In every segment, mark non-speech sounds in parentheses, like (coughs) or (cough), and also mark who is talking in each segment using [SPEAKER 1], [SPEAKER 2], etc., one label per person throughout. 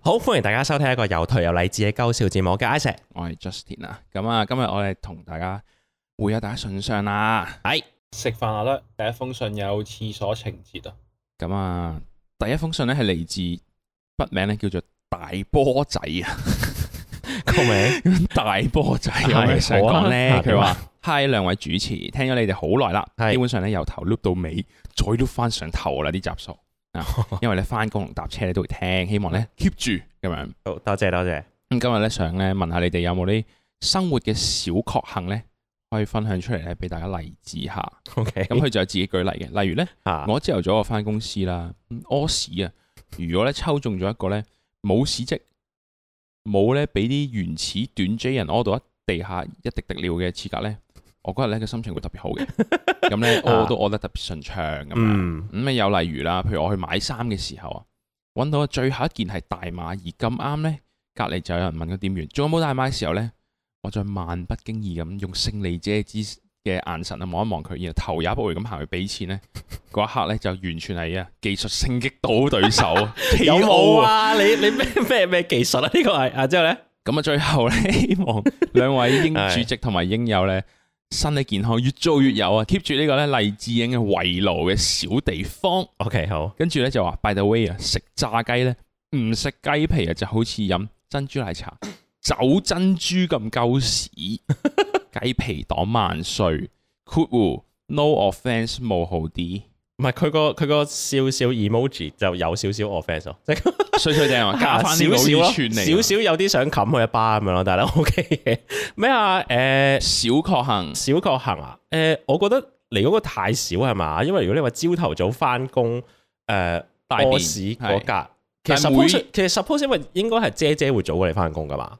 [SPEAKER 1] 好，歡迎大家收聽一個又頹又勵志嘅鳩笑節目嘅 Isaac。
[SPEAKER 2] 我係 Justin 啊，咁啊，今日我哋同大家回下大家信箱啦。
[SPEAKER 3] 食飯阿得第一封信有廁所情節啊，
[SPEAKER 2] 咁啊，第一封信咧係嚟自筆名咧叫做大波
[SPEAKER 1] (laughs)
[SPEAKER 2] 仔啊，
[SPEAKER 1] 高明，
[SPEAKER 2] 大波仔
[SPEAKER 1] 係
[SPEAKER 2] 有咩想講
[SPEAKER 1] 好
[SPEAKER 2] 咧
[SPEAKER 1] 啊？
[SPEAKER 2] 佢話：Hi 兩位主持，聽咗你哋好耐啦，
[SPEAKER 1] 係
[SPEAKER 2] 基本上咧由頭 loop 到尾，再 loop 翻上頭啦啲集數
[SPEAKER 1] (laughs)
[SPEAKER 2] 啊，因為咧翻工同搭車咧都會聽，希望咧 keep 住咁樣。
[SPEAKER 1] 好多謝多謝。
[SPEAKER 2] 咁今日咧想咧問下你哋有冇啲生活嘅小確幸咧，可以分享出嚟咧俾大家勵志下。
[SPEAKER 1] OK，
[SPEAKER 2] 咁佢就有自己舉例嘅，例如咧，
[SPEAKER 1] 啊，
[SPEAKER 2] 我朝頭早我翻公司啦，屙屎啊，如果咧抽中咗一個咧冇屎跡，冇咧俾啲原始短 J 人屙到一地下一滴滴尿嘅刺格咧，我嗰日咧嘅心情會特別好嘅，咁咧
[SPEAKER 1] (laughs) 啊
[SPEAKER 2] 屙都屙得特別順暢咁樣。
[SPEAKER 1] 嗯，
[SPEAKER 2] 咁啊有例如啦，譬如我去買衫嘅時候啊，揾到最後一件係大碼，而咁啱咧隔離就有人問個店員仲有冇大碼嘅時候咧，我再漫不經意咁用勝利者之嘅眼神啊望一望佢，然後頭也不回咁行去俾錢咧，嗰一刻咧就完全係啊技術性擊到對手啊
[SPEAKER 1] 有冇
[SPEAKER 2] ，KO 啊！
[SPEAKER 1] 啊？你你咩 (laughs) 咩咩技術啊？呢個係啊之後咧，
[SPEAKER 2] 咁啊最後咧，希望兩位英主席同埋英友咧。身體健康越做越有啊！keep 住呢個咧勵志鷹嘅圍爐嘅小地方，
[SPEAKER 1] OK 好，
[SPEAKER 2] 跟住咧就話，by the way 啊，食炸雞咧唔食雞皮啊，就好似飲珍珠
[SPEAKER 1] (coughs)
[SPEAKER 2] 奶茶走珍珠咁鳩屎，雞皮黨萬歲，括弧 no offence 冇好啲，
[SPEAKER 1] 唔係佢個佢個少少 emoji 就有少少 offence 咯，即係
[SPEAKER 2] 衰衰
[SPEAKER 1] (laughs)
[SPEAKER 2] 哋啊，加翻
[SPEAKER 1] 少
[SPEAKER 2] 啲老
[SPEAKER 1] 少
[SPEAKER 2] 啲
[SPEAKER 1] 咯，
[SPEAKER 2] 串嚟，
[SPEAKER 1] 少少有啲想冚佢一巴咁樣咯，但係 OK 嘅咩啊？誒。
[SPEAKER 2] 小確幸，
[SPEAKER 1] 小確幸啊？誒、我覺得你嗰個太少係嘛？因為如果你話朝頭早翻工，誒
[SPEAKER 2] 大便
[SPEAKER 1] 屙屎嗰格，其
[SPEAKER 2] 但
[SPEAKER 1] 實
[SPEAKER 2] 係每
[SPEAKER 1] suppose 其實 suppose 因為應該係姐姐會早過你翻工噶嘛，
[SPEAKER 2] 唔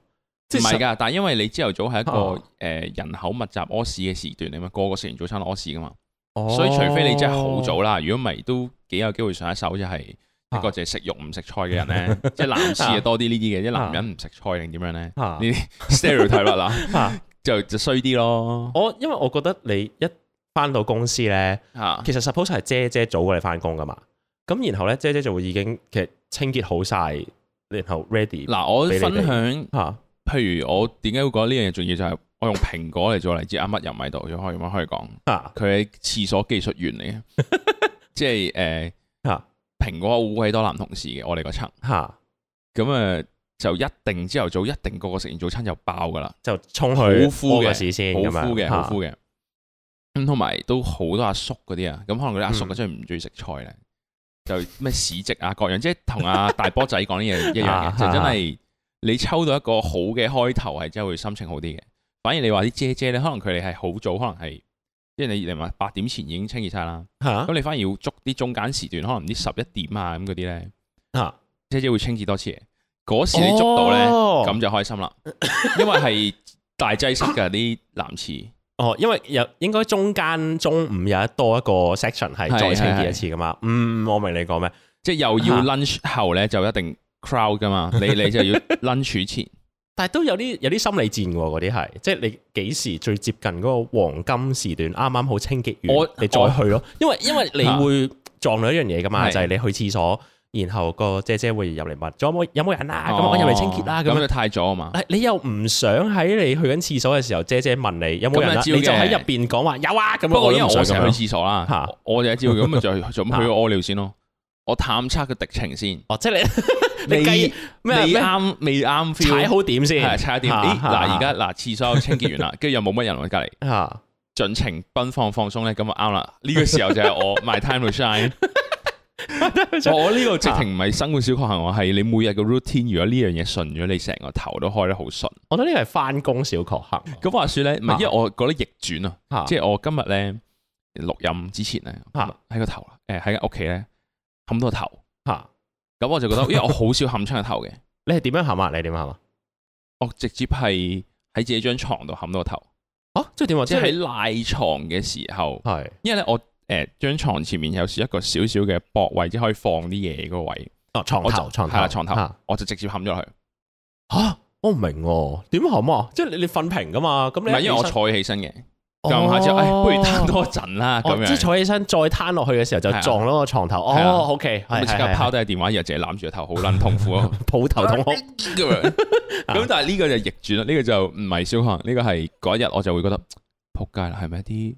[SPEAKER 1] 即
[SPEAKER 2] 係
[SPEAKER 1] 係
[SPEAKER 2] 㗎，但係因為你朝頭早係一個
[SPEAKER 1] 啊
[SPEAKER 2] 誒、呃人口密集屙屎嘅時段啊嘛，個個食完早餐都屙屎㗎嘛，
[SPEAKER 1] 㗎
[SPEAKER 2] 所以除非你真係好早
[SPEAKER 1] 哦
[SPEAKER 2] 啦，如果唔係都幾有機會上一手就係、
[SPEAKER 1] 啊
[SPEAKER 2] 一個就係食肉唔食菜嘅人
[SPEAKER 1] (laughs)
[SPEAKER 2] 咧，即係男士啊多啲呢啲嘅，即係男人唔食菜定點樣咧？呢
[SPEAKER 1] 嚇
[SPEAKER 2] 啲 stereotype 啦， (laughs) 嗱
[SPEAKER 1] 嚇
[SPEAKER 2] 就就衰啲咯
[SPEAKER 1] 我因為我覺得你一翻到公司咧，
[SPEAKER 2] 嚇。
[SPEAKER 1] 其實 suppose 係姐姐早過你翻工噶嘛。咁然後咧，姐姐就會已經其實清潔好晒，然後 ready
[SPEAKER 2] 嗱，我
[SPEAKER 1] 俾你哋
[SPEAKER 2] 分享，
[SPEAKER 1] 嚇
[SPEAKER 2] 譬如我點解會覺得呢樣嘢重要，就係我用蘋果嚟做例子，阿乜又唔喺度，又可以可以講
[SPEAKER 1] 嚇
[SPEAKER 2] 佢係廁所技術員嚟嘅，
[SPEAKER 1] (laughs)
[SPEAKER 2] 即係誒
[SPEAKER 1] 嚇
[SPEAKER 2] 蘋果好鬼多男同事嘅，我哋個層
[SPEAKER 1] 嚇，
[SPEAKER 2] 咁啊就一定朝頭早一定個個食完早餐就爆㗎啦。
[SPEAKER 1] 就衝去
[SPEAKER 2] 好
[SPEAKER 1] 屙
[SPEAKER 2] 敷嘅
[SPEAKER 1] 個屎先咁樣，啊
[SPEAKER 2] 好敷嘅，
[SPEAKER 1] 嚇
[SPEAKER 2] 好敷嘅。咁同埋都好多阿叔嗰啲啊，咁可能嗰啲阿叔
[SPEAKER 1] 嗯
[SPEAKER 2] 真係唔中意食菜咧，就咩市值啊各樣，即係
[SPEAKER 1] (laughs)
[SPEAKER 2] 同阿大波仔講呢嘢一樣嘅，
[SPEAKER 1] 啊
[SPEAKER 2] 就真係你抽到一個好嘅開頭係真係會心情好啲嘅。反而你話啲姐姐咧，可能佢哋係好早，可能係即係你你話八點前已經清潔晒啦，
[SPEAKER 1] 嚇
[SPEAKER 2] 咁你反而要捉啲中間時段，可能唔知十一點啊咁嗰啲咧，
[SPEAKER 1] 嚇。
[SPEAKER 2] 姐姐會清潔多次嘅。嗰時你捉到咧，
[SPEAKER 1] 啊哦
[SPEAKER 2] 咁就開心啦，因為係大擠塞㗎啲男廁。
[SPEAKER 1] 哦，因為有應該中間中午有一多一個 section 係
[SPEAKER 2] 係
[SPEAKER 1] 再清
[SPEAKER 2] 係
[SPEAKER 1] 潔
[SPEAKER 2] 係
[SPEAKER 1] 一次噶嘛。嗯，我明你講咩。
[SPEAKER 2] 即係又要
[SPEAKER 1] 啊
[SPEAKER 2] lunch 後咧就一定 crowd 噶嘛，
[SPEAKER 1] (laughs)
[SPEAKER 2] 你你就要 lunch 前，
[SPEAKER 1] 但係都有啲有啲心理戰喎，嗰啲係，即係你幾時最接近嗰個黃金時段，啱啱好清潔完，
[SPEAKER 2] 我
[SPEAKER 1] 你再去咯。因為因為你
[SPEAKER 2] 啊
[SPEAKER 1] 會撞到一樣嘢噶嘛，
[SPEAKER 2] 係
[SPEAKER 1] 就係你去廁所，然後個姐姐會入嚟問，仲有冇有冇人啊？咁我入嚟清潔啦，咁
[SPEAKER 2] 哦咁
[SPEAKER 1] 樣。
[SPEAKER 2] 就太早啊嘛，
[SPEAKER 1] 但係你又唔想喺你去緊廁所嘅時候，姐姐問你有冇人啊，
[SPEAKER 2] 咁
[SPEAKER 1] 你
[SPEAKER 2] 又
[SPEAKER 1] 就
[SPEAKER 2] 招嘅
[SPEAKER 1] 喺入邊講話有啊，咁樣
[SPEAKER 2] 不過因為
[SPEAKER 1] 都唔想
[SPEAKER 2] 我成
[SPEAKER 1] 咁
[SPEAKER 2] 日
[SPEAKER 1] 樣
[SPEAKER 2] 去廁所啦
[SPEAKER 1] 嚇，
[SPEAKER 2] 我就一朝咁咪就就咁
[SPEAKER 1] (laughs) 嚇
[SPEAKER 2] 去屙尿先咯，我探測個敵情先，
[SPEAKER 1] 哦，即係你你計咩啊
[SPEAKER 2] 未
[SPEAKER 1] 咩
[SPEAKER 2] 啱未啱 feel，
[SPEAKER 1] 踩好點先，
[SPEAKER 2] 係踩一點，
[SPEAKER 1] 嚇
[SPEAKER 2] 咦
[SPEAKER 1] 嚇
[SPEAKER 2] 嗱而家嗱廁所清潔
[SPEAKER 1] (laughs)
[SPEAKER 2] 完啦，跟住又冇乜人喎隔離，
[SPEAKER 1] 啊，
[SPEAKER 2] 盡情奔放放鬆咧，咁就啊啱啦，呢個時候就係我 my time to shine。
[SPEAKER 1] (laughs)
[SPEAKER 2] 我呢
[SPEAKER 1] 啊
[SPEAKER 2] 個直情唔係生活小確幸，我係你每日嘅 routine。如果呢樣嘢順咗，你成個頭都開得好順。
[SPEAKER 1] 我覺得呢個係翻工小確幸。
[SPEAKER 2] 咁話説咧，唔
[SPEAKER 1] 哦啊
[SPEAKER 2] 係因為我覺得逆轉啊，
[SPEAKER 1] 嚇
[SPEAKER 2] 即係我今日咧錄音之前咧，
[SPEAKER 1] 啊
[SPEAKER 2] 喺個頭啦，誒喺屋企咧冚到個頭，
[SPEAKER 1] 嚇，
[SPEAKER 2] 咁我
[SPEAKER 1] (laughs)
[SPEAKER 2] 就覺得，因為我好少冚親個頭嘅，
[SPEAKER 1] 你係點樣行啊？你點樣行啊？
[SPEAKER 2] 我直接係喺自己張床度冚到個頭，
[SPEAKER 1] 啊，即係點啊？
[SPEAKER 2] 即
[SPEAKER 1] 即
[SPEAKER 2] 係
[SPEAKER 1] 係
[SPEAKER 2] 喺賴床嘅時候，
[SPEAKER 1] 係
[SPEAKER 2] 因為咧我誒張床前面有時一個少少嘅薄位，即係可以放啲嘢嗰個位，
[SPEAKER 1] 哦，床
[SPEAKER 2] 我就
[SPEAKER 1] 頭床頭啊
[SPEAKER 2] 係啦床頭
[SPEAKER 1] 嚇，
[SPEAKER 2] 我就直接冚咗佢，
[SPEAKER 1] 嚇我唔明喎，點行啊？即係你你瞓平噶嘛？咁
[SPEAKER 2] 唔
[SPEAKER 1] 你
[SPEAKER 2] 係因為我
[SPEAKER 1] 起身
[SPEAKER 2] 坐起身嘅，
[SPEAKER 1] 哎
[SPEAKER 2] 撳下之後，唉，不如攤
[SPEAKER 1] 哦
[SPEAKER 2] 多陣啦，咁
[SPEAKER 1] 哦即係
[SPEAKER 2] 樣，
[SPEAKER 1] 坐起身再攤落去嘅時候就
[SPEAKER 2] 係啊
[SPEAKER 1] 撞到個床頭。
[SPEAKER 2] 係啊
[SPEAKER 1] 哦，OK，
[SPEAKER 2] 咁
[SPEAKER 1] 係
[SPEAKER 2] 咪即刻
[SPEAKER 1] 係
[SPEAKER 2] 拋低電話，然後自己攬住個頭，好撚痛
[SPEAKER 1] (laughs)
[SPEAKER 2] 苦啊！
[SPEAKER 1] 抱頭痛哭。
[SPEAKER 2] 咁樣。
[SPEAKER 1] 啊
[SPEAKER 2] 咁但係呢個就逆轉啦，呢、個就唔係小可能，呢、個係嗰一日我就會覺得仆街啦，係咪一啲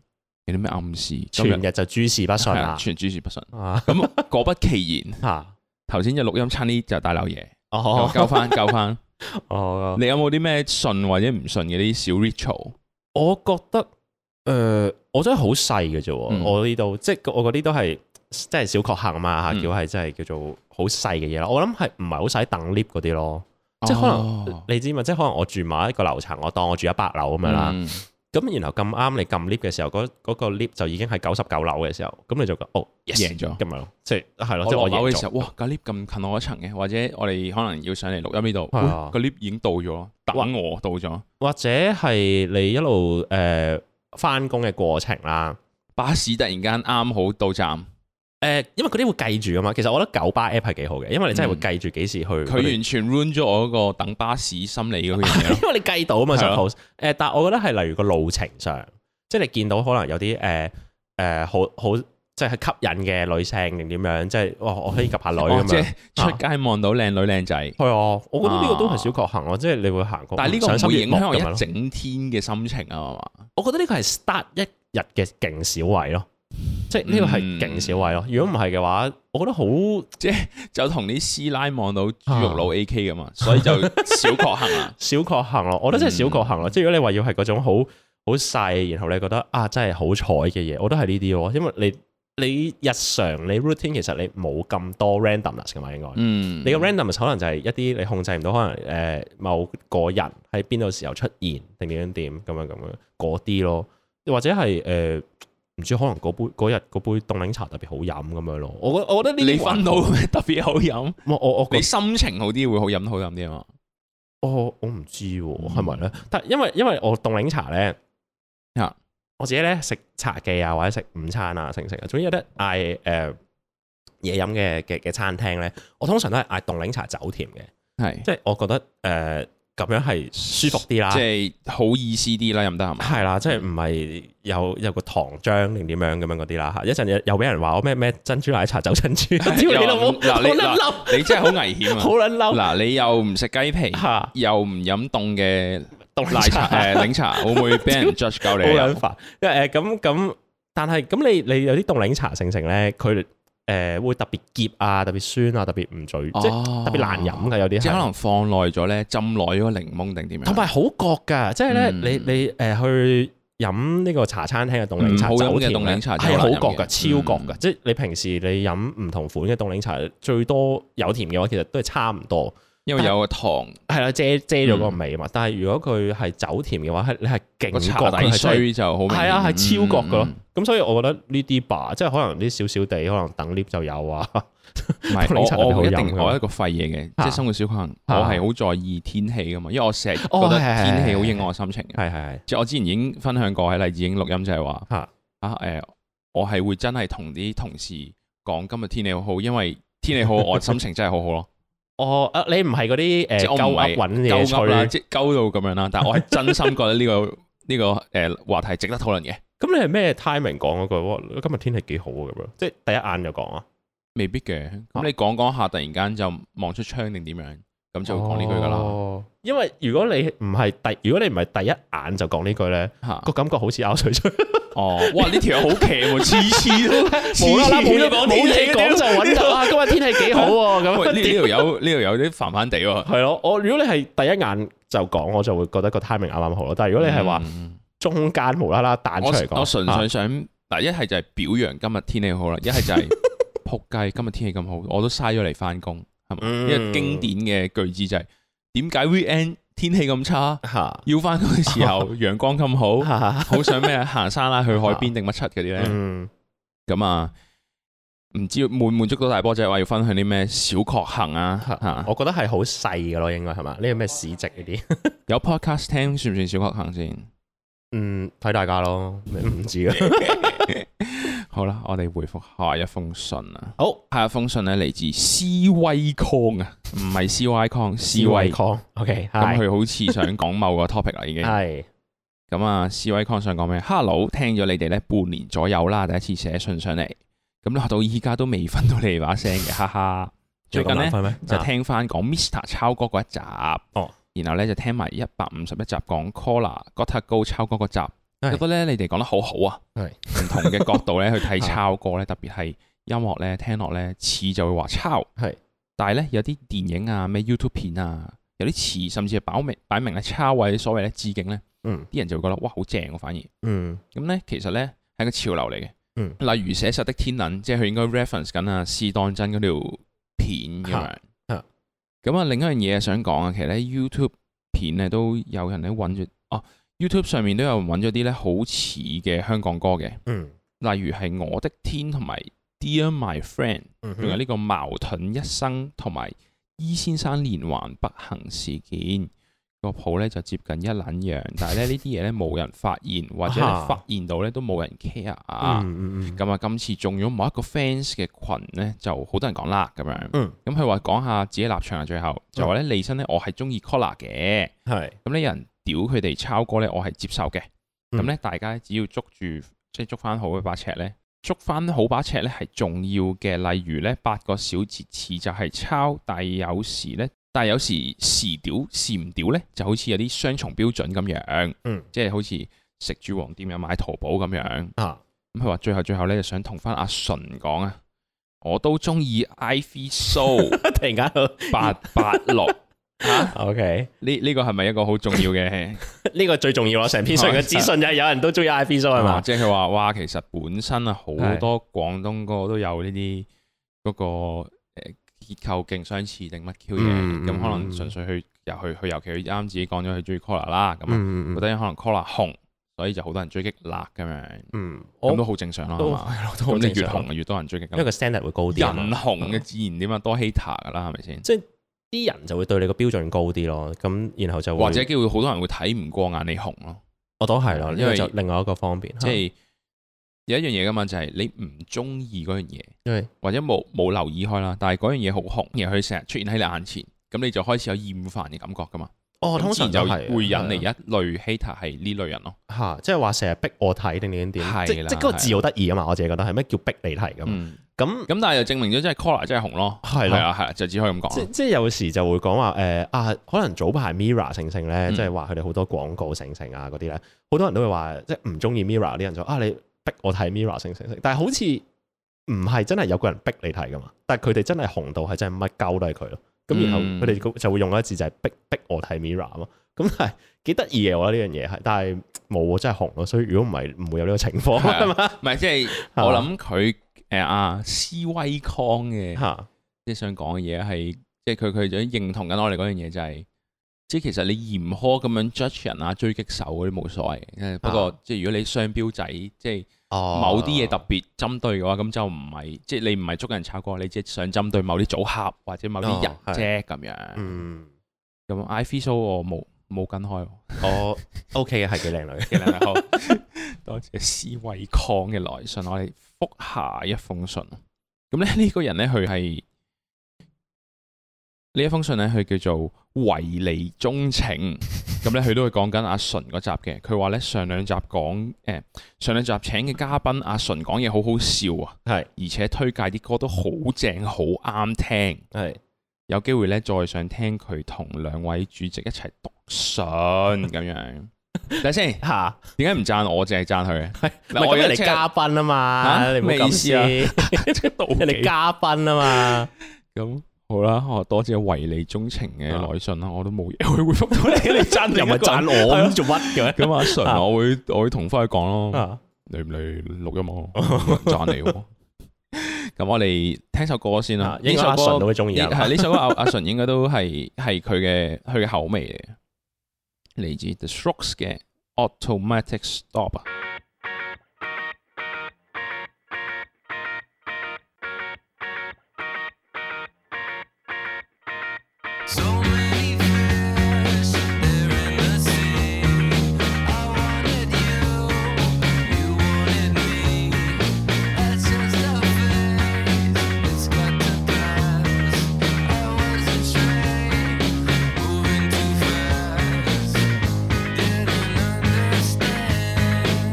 [SPEAKER 2] 有啲咩暗示？
[SPEAKER 1] 全日就諸事不順
[SPEAKER 2] 係啊
[SPEAKER 1] 啦。
[SPEAKER 2] 全諸事不順。
[SPEAKER 1] 啊
[SPEAKER 2] 咁果不其然，
[SPEAKER 1] 啊
[SPEAKER 2] 頭先嘅錄音差啲就大漏嘢，
[SPEAKER 1] 哦 (laughs)
[SPEAKER 2] 救翻救翻。
[SPEAKER 1] 哦，
[SPEAKER 2] 你有冇啲咩信或者唔信嘅啲小 ritual？
[SPEAKER 1] 我覺得誒，我真係好細嘅啫喎。
[SPEAKER 2] 嗯
[SPEAKER 1] 我呢度即係我嗰啲都係即係小確幸嘛嚇，
[SPEAKER 2] 嗯
[SPEAKER 1] 叫係真係叫做好細嘅嘢啦。我諗係唔係好使等 lift 嗰啲咯。即係可能
[SPEAKER 2] 哦
[SPEAKER 1] 你知嘛？即係可能我住某一個樓層，我當我住一百樓咁樣啦。
[SPEAKER 2] 嗯
[SPEAKER 1] 咁然後咁啱你撳 lift 嘅時候，嗰嗰個 lift 就已經係九十九樓嘅時候，咁你就覺得哦
[SPEAKER 2] 贏
[SPEAKER 1] yes
[SPEAKER 2] 咗
[SPEAKER 1] 咁樣咯，即係係咯，
[SPEAKER 2] 我
[SPEAKER 1] 即係
[SPEAKER 2] 落
[SPEAKER 1] 我
[SPEAKER 2] 樓
[SPEAKER 1] 贏
[SPEAKER 2] 嘅時
[SPEAKER 1] 咗。
[SPEAKER 2] 候，哇！個 lift 咁近我一層嘅，或者我哋可能要上嚟錄音呢度，
[SPEAKER 1] 係啊
[SPEAKER 2] 喂個 lift 已經到咗，等我到咗，
[SPEAKER 1] 或者係你一路誒翻工嘅過程啦。
[SPEAKER 2] 巴士突然間啱好到站，
[SPEAKER 1] 誒，呃因為嗰啲會計住噶嘛。其實我覺得九巴 app 係幾好嘅，因為你真係會計住幾時去。
[SPEAKER 2] 嗯佢完全 run 咗我嗰個等巴士心理嗰樣嘢咯。
[SPEAKER 1] 因為你計到啊嘛
[SPEAKER 2] 係咯
[SPEAKER 1] suppose。誒，但係我覺得係例如個路程上，即係你見到可能有啲誒誒好好即係吸引嘅女性定點樣，即係哇我可以及下 (laughs) 女
[SPEAKER 2] 哦
[SPEAKER 1] 咁
[SPEAKER 2] 即
[SPEAKER 1] 樣
[SPEAKER 2] 係。出街望到靚女靚仔，
[SPEAKER 1] 係啊，我覺得呢個都係小確幸咯，即係你會行過，
[SPEAKER 2] 哦但係呢個
[SPEAKER 1] 賞
[SPEAKER 2] 唔
[SPEAKER 1] 心
[SPEAKER 2] 會
[SPEAKER 1] 悅
[SPEAKER 2] 影
[SPEAKER 1] 目
[SPEAKER 2] 響我
[SPEAKER 1] 咁樣
[SPEAKER 2] 一
[SPEAKER 1] 咯
[SPEAKER 2] 整天嘅心情啊嘛。
[SPEAKER 1] 我覺得呢個係 start 一日嘅勁少位咯，即係呢個
[SPEAKER 2] 嗯
[SPEAKER 1] 係勁少位咯。如果唔係嘅話，我覺得好。
[SPEAKER 2] 就同啲師奶望到豬肉佬 A.K. 咁啊，所以就小確幸啊啦
[SPEAKER 1] (laughs) 小確幸咯。我覺得真
[SPEAKER 2] 嗯
[SPEAKER 1] 係小確幸咯。即係如果你話要係嗰種好好細，然後你覺得啊真係好彩嘅嘢，我覺得係呢啲咯。因為你你日常你 routine 其實你冇咁多 randomness 噶嘛，應該。
[SPEAKER 2] 嗯，
[SPEAKER 1] 你個 randomness 可能就係一啲你控制唔到，可能誒、呃某個人喺邊度時候出現定點樣點咁樣咁樣嗰啲咯，或者係誒唔知可能嗰杯嗰日嗰杯凍檸茶特別好飲咁樣咯。我覺我覺得呢啲
[SPEAKER 2] 你分到 (laughs)
[SPEAKER 1] 還好
[SPEAKER 2] 特別好飲，
[SPEAKER 1] 我我我
[SPEAKER 2] 你心情好啲會好飲好飲啲啊
[SPEAKER 1] 我哦我唔知喎
[SPEAKER 2] 嗯
[SPEAKER 1] 係咪咧？但係因為因為我凍檸茶咧
[SPEAKER 2] 啊
[SPEAKER 1] 我自己咧食茶記啊或者食午餐啊成成啊，總之有得嗌誒嘢飲嘅嘅嘅餐廳咧，我通常都係嗌凍檸茶走甜嘅。
[SPEAKER 2] 嘛。係
[SPEAKER 1] 即係我覺得誒咁、樣係舒服啲啦，
[SPEAKER 2] 即係好嗯意思啲啦，飲得係嘛？
[SPEAKER 1] 係啦，即係唔係有有個糖漿定點樣咁樣嗰啲啦嚇，一陣又又俾人話我咩咩珍珠奶茶走珍
[SPEAKER 2] (laughs)
[SPEAKER 1] 珠，屌你老母，好
[SPEAKER 2] 嗱你
[SPEAKER 1] 撚嬲，
[SPEAKER 2] (laughs) 你真係好危險
[SPEAKER 1] 好
[SPEAKER 2] 啊！
[SPEAKER 1] 撚嬲
[SPEAKER 2] 嗱，你又唔
[SPEAKER 1] (laughs)
[SPEAKER 2] 食雞皮，
[SPEAKER 1] 嚇，
[SPEAKER 2] 又唔飲凍嘅
[SPEAKER 1] (laughs) 凍
[SPEAKER 2] 奶
[SPEAKER 1] 奶
[SPEAKER 2] 茶
[SPEAKER 1] 茶
[SPEAKER 2] 誒檸茶，會唔會俾人 judge 鳩
[SPEAKER 1] 好
[SPEAKER 2] 你啊
[SPEAKER 1] 撚？煩，因為誒咁咁，但係咁你你有啲凍檸茶成成咧，佢誒會特別澀啊，特別酸啊，特別唔嘴，即係
[SPEAKER 2] 哦
[SPEAKER 1] 特別難飲㗎，有啲
[SPEAKER 2] 即係
[SPEAKER 1] 係。
[SPEAKER 2] 可能放耐咗咧，浸耐咗個檸檬定點樣？
[SPEAKER 1] 同埋好覺㗎，即係咧，
[SPEAKER 2] 嗯
[SPEAKER 1] 你你誒去飲呢個茶餐廳嘅凍檸茶，
[SPEAKER 2] 嗯唔好飲嘅
[SPEAKER 1] 酒甜
[SPEAKER 2] 凍檸茶
[SPEAKER 1] 係好
[SPEAKER 2] 就好難飲
[SPEAKER 1] 覺㗎，
[SPEAKER 2] 嘅
[SPEAKER 1] 超覺
[SPEAKER 2] 嗯
[SPEAKER 1] 㗎。即係你平時你飲唔同款嘅凍檸茶，最多有甜嘅話，其實都係差唔多，
[SPEAKER 2] 因為有個糖
[SPEAKER 1] 係啦，遮遮咗個味嘛。但係如果佢係酒甜嘅話，係你係勁
[SPEAKER 2] 嗯個
[SPEAKER 1] 覺
[SPEAKER 2] 茶
[SPEAKER 1] 佢
[SPEAKER 2] 底
[SPEAKER 1] 係真係
[SPEAKER 2] 衰就好明顯。
[SPEAKER 1] 係啊，係超覺㗎咯
[SPEAKER 2] 嗯。
[SPEAKER 1] 咁所以我覺得呢啲吧，即係可能啲少少地，可能等 lift 就有啊。
[SPEAKER 2] 唔
[SPEAKER 1] 凍
[SPEAKER 2] 係
[SPEAKER 1] 檸茶特別
[SPEAKER 2] 我
[SPEAKER 1] 好
[SPEAKER 2] 我一
[SPEAKER 1] 飲
[SPEAKER 2] 定
[SPEAKER 1] 㗎
[SPEAKER 2] 我一個廢嘢嘅，
[SPEAKER 1] 嚇
[SPEAKER 2] 即係生活小可能，我
[SPEAKER 1] 嚇
[SPEAKER 2] 係好在意天氣噶嘛，因為我成日覺
[SPEAKER 1] 哦
[SPEAKER 2] 得
[SPEAKER 1] 係係
[SPEAKER 2] 天氣
[SPEAKER 1] 係
[SPEAKER 2] 好
[SPEAKER 1] 係
[SPEAKER 2] 影響我心情嘅。
[SPEAKER 1] 係係 (laughs) 係，
[SPEAKER 2] 即係我之前已經分享過喺勵志英錄音就係話
[SPEAKER 1] 嚇
[SPEAKER 2] 啊誒，我係會真係同啲同事講今日天氣好好，因為天氣好，我心情真係好好
[SPEAKER 1] (laughs)
[SPEAKER 2] 咯，
[SPEAKER 1] 我啊你唔係嗰啲誒
[SPEAKER 2] 即係我唔
[SPEAKER 1] 鳩噏
[SPEAKER 2] 係
[SPEAKER 1] 揾
[SPEAKER 2] 鳩
[SPEAKER 1] 嘢
[SPEAKER 2] 噏啦，
[SPEAKER 1] 吹。
[SPEAKER 2] 即係鳩到咁樣啦。但係我係真心覺得呢個呢個誒話題值得討論嘅，
[SPEAKER 1] 咁你係咩 timing 講嗰句？哇今日天氣幾好啊咁樣，即係第一眼就講啊。
[SPEAKER 2] 未必嘅。咁你講講下，突然間就望出窗定點樣，咁就會講呢句噶啦
[SPEAKER 1] 哦。因為如果你唔係第，如果你唔係第一眼就講呢句咧，
[SPEAKER 2] 嚇
[SPEAKER 1] 個感覺好似拗水
[SPEAKER 2] (laughs)
[SPEAKER 1] 吹，
[SPEAKER 2] 哦，哇！呢條友好騎喎，次次都
[SPEAKER 1] 無啦啦 (laughs) 冇嘢
[SPEAKER 2] 講
[SPEAKER 1] 冇嘢講就揾到啊！今日天氣幾好喎
[SPEAKER 2] 喂，呢
[SPEAKER 1] 咁。
[SPEAKER 2] 呢條友呢條友啲煩煩地喎。
[SPEAKER 1] 係咯，我如果你係第一眼就講，我就會覺得個 timing 啱啱好咯。但係如果你係話
[SPEAKER 2] 嗯
[SPEAKER 1] 中間無啦啦彈出嚟講，
[SPEAKER 2] 我我純
[SPEAKER 1] 啊
[SPEAKER 2] 粹想嗱，一係就係表揚今日天
[SPEAKER 1] (laughs)
[SPEAKER 2] 氣好啦，一係就係仆街今日天氣咁好，我都嘥咗嚟翻工，係嘛？
[SPEAKER 1] 嗯
[SPEAKER 2] 一個經典嘅句子就係點解 weekend 天氣咁差，
[SPEAKER 1] 嚇
[SPEAKER 2] 要翻工嘅
[SPEAKER 1] (laughs)
[SPEAKER 2] 時候陽光咁好，
[SPEAKER 1] 嚇
[SPEAKER 2] 好想咩啊行山啦，去海邊定乜柒嗰啲咧？
[SPEAKER 1] 啊嗯
[SPEAKER 2] 咁啊，唔知滿唔滿足到大波仔話要分享啲咩小確幸啊？嚇
[SPEAKER 1] 我覺得係好細嘅咯，應該係嘛？呢個咩市值嗰啲，
[SPEAKER 2] 有 podcast 聽算唔算小確幸先？
[SPEAKER 1] 嗯，睇大家咯，唔知啊。
[SPEAKER 2] 好啦，我哋回覆下一封信啊。
[SPEAKER 1] 好，
[SPEAKER 2] 下一封信咧嚟自斯威康啊，唔係 C Y 康，C
[SPEAKER 1] 智慧
[SPEAKER 2] 威。
[SPEAKER 1] 抗，OK，
[SPEAKER 2] 咁
[SPEAKER 1] 係
[SPEAKER 2] 佢好似想講某個 topic 啦，已經。
[SPEAKER 1] 係
[SPEAKER 2] 咁啊，示威康想講咩？Hello，聽咗你哋咧半年左右啦，第一次寫信上嚟，咁到依家都未分到你哋把聲嘅，哈哈。最近咧
[SPEAKER 1] 有咁難分咩
[SPEAKER 2] 就聽翻講 Mr. 超哥嗰一集，
[SPEAKER 1] 啊哦，
[SPEAKER 2] 然後咧就聽埋一百五十一集講 Cola Got a Go 超哥嗰集，
[SPEAKER 1] 係
[SPEAKER 2] 覺得咧你哋講得好好啊，
[SPEAKER 1] 係啊
[SPEAKER 2] 唔同嘅角度咧去
[SPEAKER 1] (laughs)
[SPEAKER 2] 睇超哥咧，特別係音樂咧聽落咧似就會話抄，
[SPEAKER 1] 係，
[SPEAKER 2] 但係咧有啲電影啊咩 YouTube 片啊，有啲詞甚至係擺明擺明咧抄或者所謂咧致敬咧，
[SPEAKER 1] 嗯
[SPEAKER 2] 啲人就會覺得哇好正喎反而。
[SPEAKER 1] 嗯
[SPEAKER 2] 咁咧，其實咧係個潮流嚟嘅。
[SPEAKER 1] 嗯
[SPEAKER 2] 例如寫實的天能，即係佢應該 reference 緊啊，試當真嗰條片咁樣
[SPEAKER 1] 嚇嚇。
[SPEAKER 2] 咁啊，另一樣嘢想講啊，其實咧 YouTube 片咧都有人咧揾住哦，YouTube 上面都有人揾咗啲咧好似嘅香港歌嘅，
[SPEAKER 1] 嗯
[SPEAKER 2] 例如係我的天同埋 Dear My Friend，
[SPEAKER 1] 嗯哼，
[SPEAKER 2] 仲有呢個矛盾一生同埋伊先生連環不幸事件。個譜咧就接近一撚樣，但係咧呢啲嘢咧冇人發現，或者咧
[SPEAKER 1] 啊
[SPEAKER 2] 發現到咧都冇人 care 啊。
[SPEAKER 1] 嗯嗯嗯
[SPEAKER 2] 咁啊，今次中咗某一個 fans 嘅群咧，就好多人講啦咁樣。
[SPEAKER 1] 嗯
[SPEAKER 2] 咁佢話講下自己立場啊，最後就話咧利申咧我係中意 Collar 嘅，
[SPEAKER 1] 係
[SPEAKER 2] 咁呢有人屌佢哋抄歌咧，我係接受嘅。
[SPEAKER 1] 嗯
[SPEAKER 2] 咁咧大家只要捉住即係捉翻好嗰把尺咧，捉翻好把尺咧係重要嘅。例如咧八個小節次就係抄，但係有時咧，但係有時時屌時唔屌咧，就好似有啲雙重標準咁樣。
[SPEAKER 1] 嗯
[SPEAKER 2] 即係好似食住黃店又買淘寶咁樣。
[SPEAKER 1] 啊
[SPEAKER 2] 咁佢話最後最後咧，就想同翻阿純講啊，我都中意 Ivy So
[SPEAKER 1] (laughs) 突然間
[SPEAKER 2] 八八
[SPEAKER 1] (laughs)
[SPEAKER 2] 六。啊
[SPEAKER 1] ，OK，
[SPEAKER 2] 呢呢個係咪一個好重要嘅？
[SPEAKER 1] 呢個最重要啦，啊成篇信嘅資訊就係有人都中意 I P 數係
[SPEAKER 2] 啊
[SPEAKER 1] 嘛？
[SPEAKER 2] 即係佢話哇，其實本身啊好
[SPEAKER 1] 係
[SPEAKER 2] 多廣東歌都有呢啲嗰個誒結構勁相似定乜 Q 嘢，
[SPEAKER 1] 嗯
[SPEAKER 2] 咁
[SPEAKER 1] 嗯
[SPEAKER 2] 可
[SPEAKER 1] 嗯
[SPEAKER 2] 能純粹佢由佢佢尤其佢啱自己講咗佢中意 Cola 啦，咁啊
[SPEAKER 1] 嗯
[SPEAKER 2] 覺得可能 Cola 紅，所以就好多人追擊啦咁樣，
[SPEAKER 1] 嗯，我
[SPEAKER 2] 咁都好正常啦，係
[SPEAKER 1] 都
[SPEAKER 2] 嘛
[SPEAKER 1] 都
[SPEAKER 2] 咁
[SPEAKER 1] 好
[SPEAKER 2] 你
[SPEAKER 1] 正
[SPEAKER 2] 越
[SPEAKER 1] 常
[SPEAKER 2] 紅，就越多人追擊
[SPEAKER 1] 因為
[SPEAKER 2] 㗎
[SPEAKER 1] 個
[SPEAKER 2] 嘛，
[SPEAKER 1] standard 會高啲啊嘛。
[SPEAKER 2] 人紅嘅自然點啊多 hater 噶啦，係咪先？
[SPEAKER 1] 即係啲人就會對你個標準高啲咯，咁然後就會
[SPEAKER 2] 或者機會好多人會睇唔過眼你紅咯。
[SPEAKER 1] 我都係咯，
[SPEAKER 2] 因
[SPEAKER 1] 嗯因為
[SPEAKER 2] 為
[SPEAKER 1] 就另外一個方面，
[SPEAKER 2] 即係有一樣嘢噶嘛，就係、你唔中意嗰樣嘢
[SPEAKER 1] 係，
[SPEAKER 2] 或者冇冇留意開啦。但係嗰樣嘢好紅，而佢成日出現喺你眼前，咁你就開始有厭煩嘅感覺噶嘛。
[SPEAKER 1] 哦，
[SPEAKER 2] 咁
[SPEAKER 1] 通常
[SPEAKER 2] 自
[SPEAKER 1] 就
[SPEAKER 2] 然
[SPEAKER 1] 係
[SPEAKER 2] 就會引嚟
[SPEAKER 1] 啊
[SPEAKER 2] 一類 hater 係呢類人咯。
[SPEAKER 1] 嚇，即係話成日逼我睇定點點
[SPEAKER 2] 係
[SPEAKER 1] 點，即
[SPEAKER 2] 啦
[SPEAKER 1] 即嗰個字好得意啊嘛，我自己覺得係咩叫逼你睇咁，
[SPEAKER 2] 嗯，
[SPEAKER 1] 咁
[SPEAKER 2] 咁但係又證明咗真係 Cola 真係紅咯，
[SPEAKER 1] 係
[SPEAKER 2] 係
[SPEAKER 1] 咯
[SPEAKER 2] 啊係啊，就只可以咁講
[SPEAKER 1] 即
[SPEAKER 2] 啦。
[SPEAKER 1] 即有時就會講話誒啊，可能早排 Mira 成成咧，
[SPEAKER 2] 嗯
[SPEAKER 1] 即係話佢哋好多廣告成成啊嗰啲咧，好多人都會話即係唔中意 Mira 啲人就啊你逼我睇 Mira 成成成，但係好似唔係真係有個人逼你睇噶嘛，但係佢哋真係紅到係真係乜鳩都係佢咯，咁然後
[SPEAKER 2] 嗯
[SPEAKER 1] 佢哋就就會用一字就係逼逼我睇 Mira 嘛，咁但係幾得意嘅我覺得呢樣嘢係，但係冇喎真係紅咯，所以如果唔係唔會有呢個情況
[SPEAKER 2] 係啊
[SPEAKER 1] 係嘛
[SPEAKER 2] 唔係即係啊
[SPEAKER 1] 嘛 (laughs)
[SPEAKER 2] 我諗佢誒啊斯威康嘅。
[SPEAKER 1] 嚇，
[SPEAKER 2] 即係想講嘅嘢係，即係佢佢就認同緊我哋嗰樣嘢就係、即係其實你嚴苛咁樣 judge 人啊、追擊手嗰啲冇所謂嘅。不過、
[SPEAKER 1] 啊
[SPEAKER 2] 即係如果你商標仔，即係
[SPEAKER 1] 哦
[SPEAKER 2] 某啲嘢特別針對嘅話，咁就唔係即係你唔係捉人炒過，你即係想針對某啲組合或者某啲人
[SPEAKER 1] 哦係
[SPEAKER 2] 啫咁樣。
[SPEAKER 1] 嗯，
[SPEAKER 2] 咁 I V show 我冇冇跟開喎，
[SPEAKER 1] 我哦 OK 嘅係幾靚女。
[SPEAKER 2] 其實好 (laughs) 多謝施偉康嘅來信，我哋覆下一封信。咁咧呢個人咧，佢係呢一封信咧，佢叫做維尼鍾情。咁咧，佢都會講緊阿純嗰集嘅。佢話咧上兩集講誒、上兩集請嘅嘉賓阿純講嘢好好笑啊，
[SPEAKER 1] 係
[SPEAKER 2] 而且推介啲歌都好正，好啱聽。
[SPEAKER 1] 係
[SPEAKER 2] 有機會咧，再想聽佢同兩位主席一齊讀信咁樣。等下先，
[SPEAKER 1] 嚇。
[SPEAKER 2] 點解唔讚我，淨係讚佢嘅？
[SPEAKER 1] 唔係
[SPEAKER 2] 我
[SPEAKER 1] 咁人
[SPEAKER 2] 而
[SPEAKER 1] 哋
[SPEAKER 2] 家
[SPEAKER 1] 嘉賓啊嘛，
[SPEAKER 2] 嚇
[SPEAKER 1] 你唔好
[SPEAKER 2] 咩意
[SPEAKER 1] 咁
[SPEAKER 2] 思
[SPEAKER 1] 思
[SPEAKER 2] (laughs) 啊
[SPEAKER 1] 人
[SPEAKER 2] 即係妒忌
[SPEAKER 1] 哋嘉賓啊嘛，
[SPEAKER 2] 咁好啦，我多謝維尼鍾情嘅
[SPEAKER 1] 啊
[SPEAKER 2] 來信啦，我都冇嘢，佢回覆到你，你
[SPEAKER 1] (laughs)
[SPEAKER 2] 讚
[SPEAKER 1] 又唔係啊讚我咁做乜嘅
[SPEAKER 2] 咁 (laughs) 阿 Sir，
[SPEAKER 1] 啊
[SPEAKER 2] 我會我會同翻佢講
[SPEAKER 1] 咩？
[SPEAKER 2] 咯，
[SPEAKER 1] 啊
[SPEAKER 2] 你唔嚟錄音 (laughs) 我讚你喎。咁我哋聽首歌先啦
[SPEAKER 1] 啊，，
[SPEAKER 2] 呢
[SPEAKER 1] 應該阿
[SPEAKER 2] 首
[SPEAKER 1] 純
[SPEAKER 2] 歌
[SPEAKER 1] 都會中意啊嘛
[SPEAKER 2] 係呢首 (laughs) 歌阿阿純應該都係係佢嘅佢嘅口味嚟，嚟自 The Strokes 嘅 Automatic Stop 啊。
[SPEAKER 4] So many fears there in the sea. I wanted you, you wanted me. That's just a phase. It's got to pass. I was a train moving too fast. Didn't understand.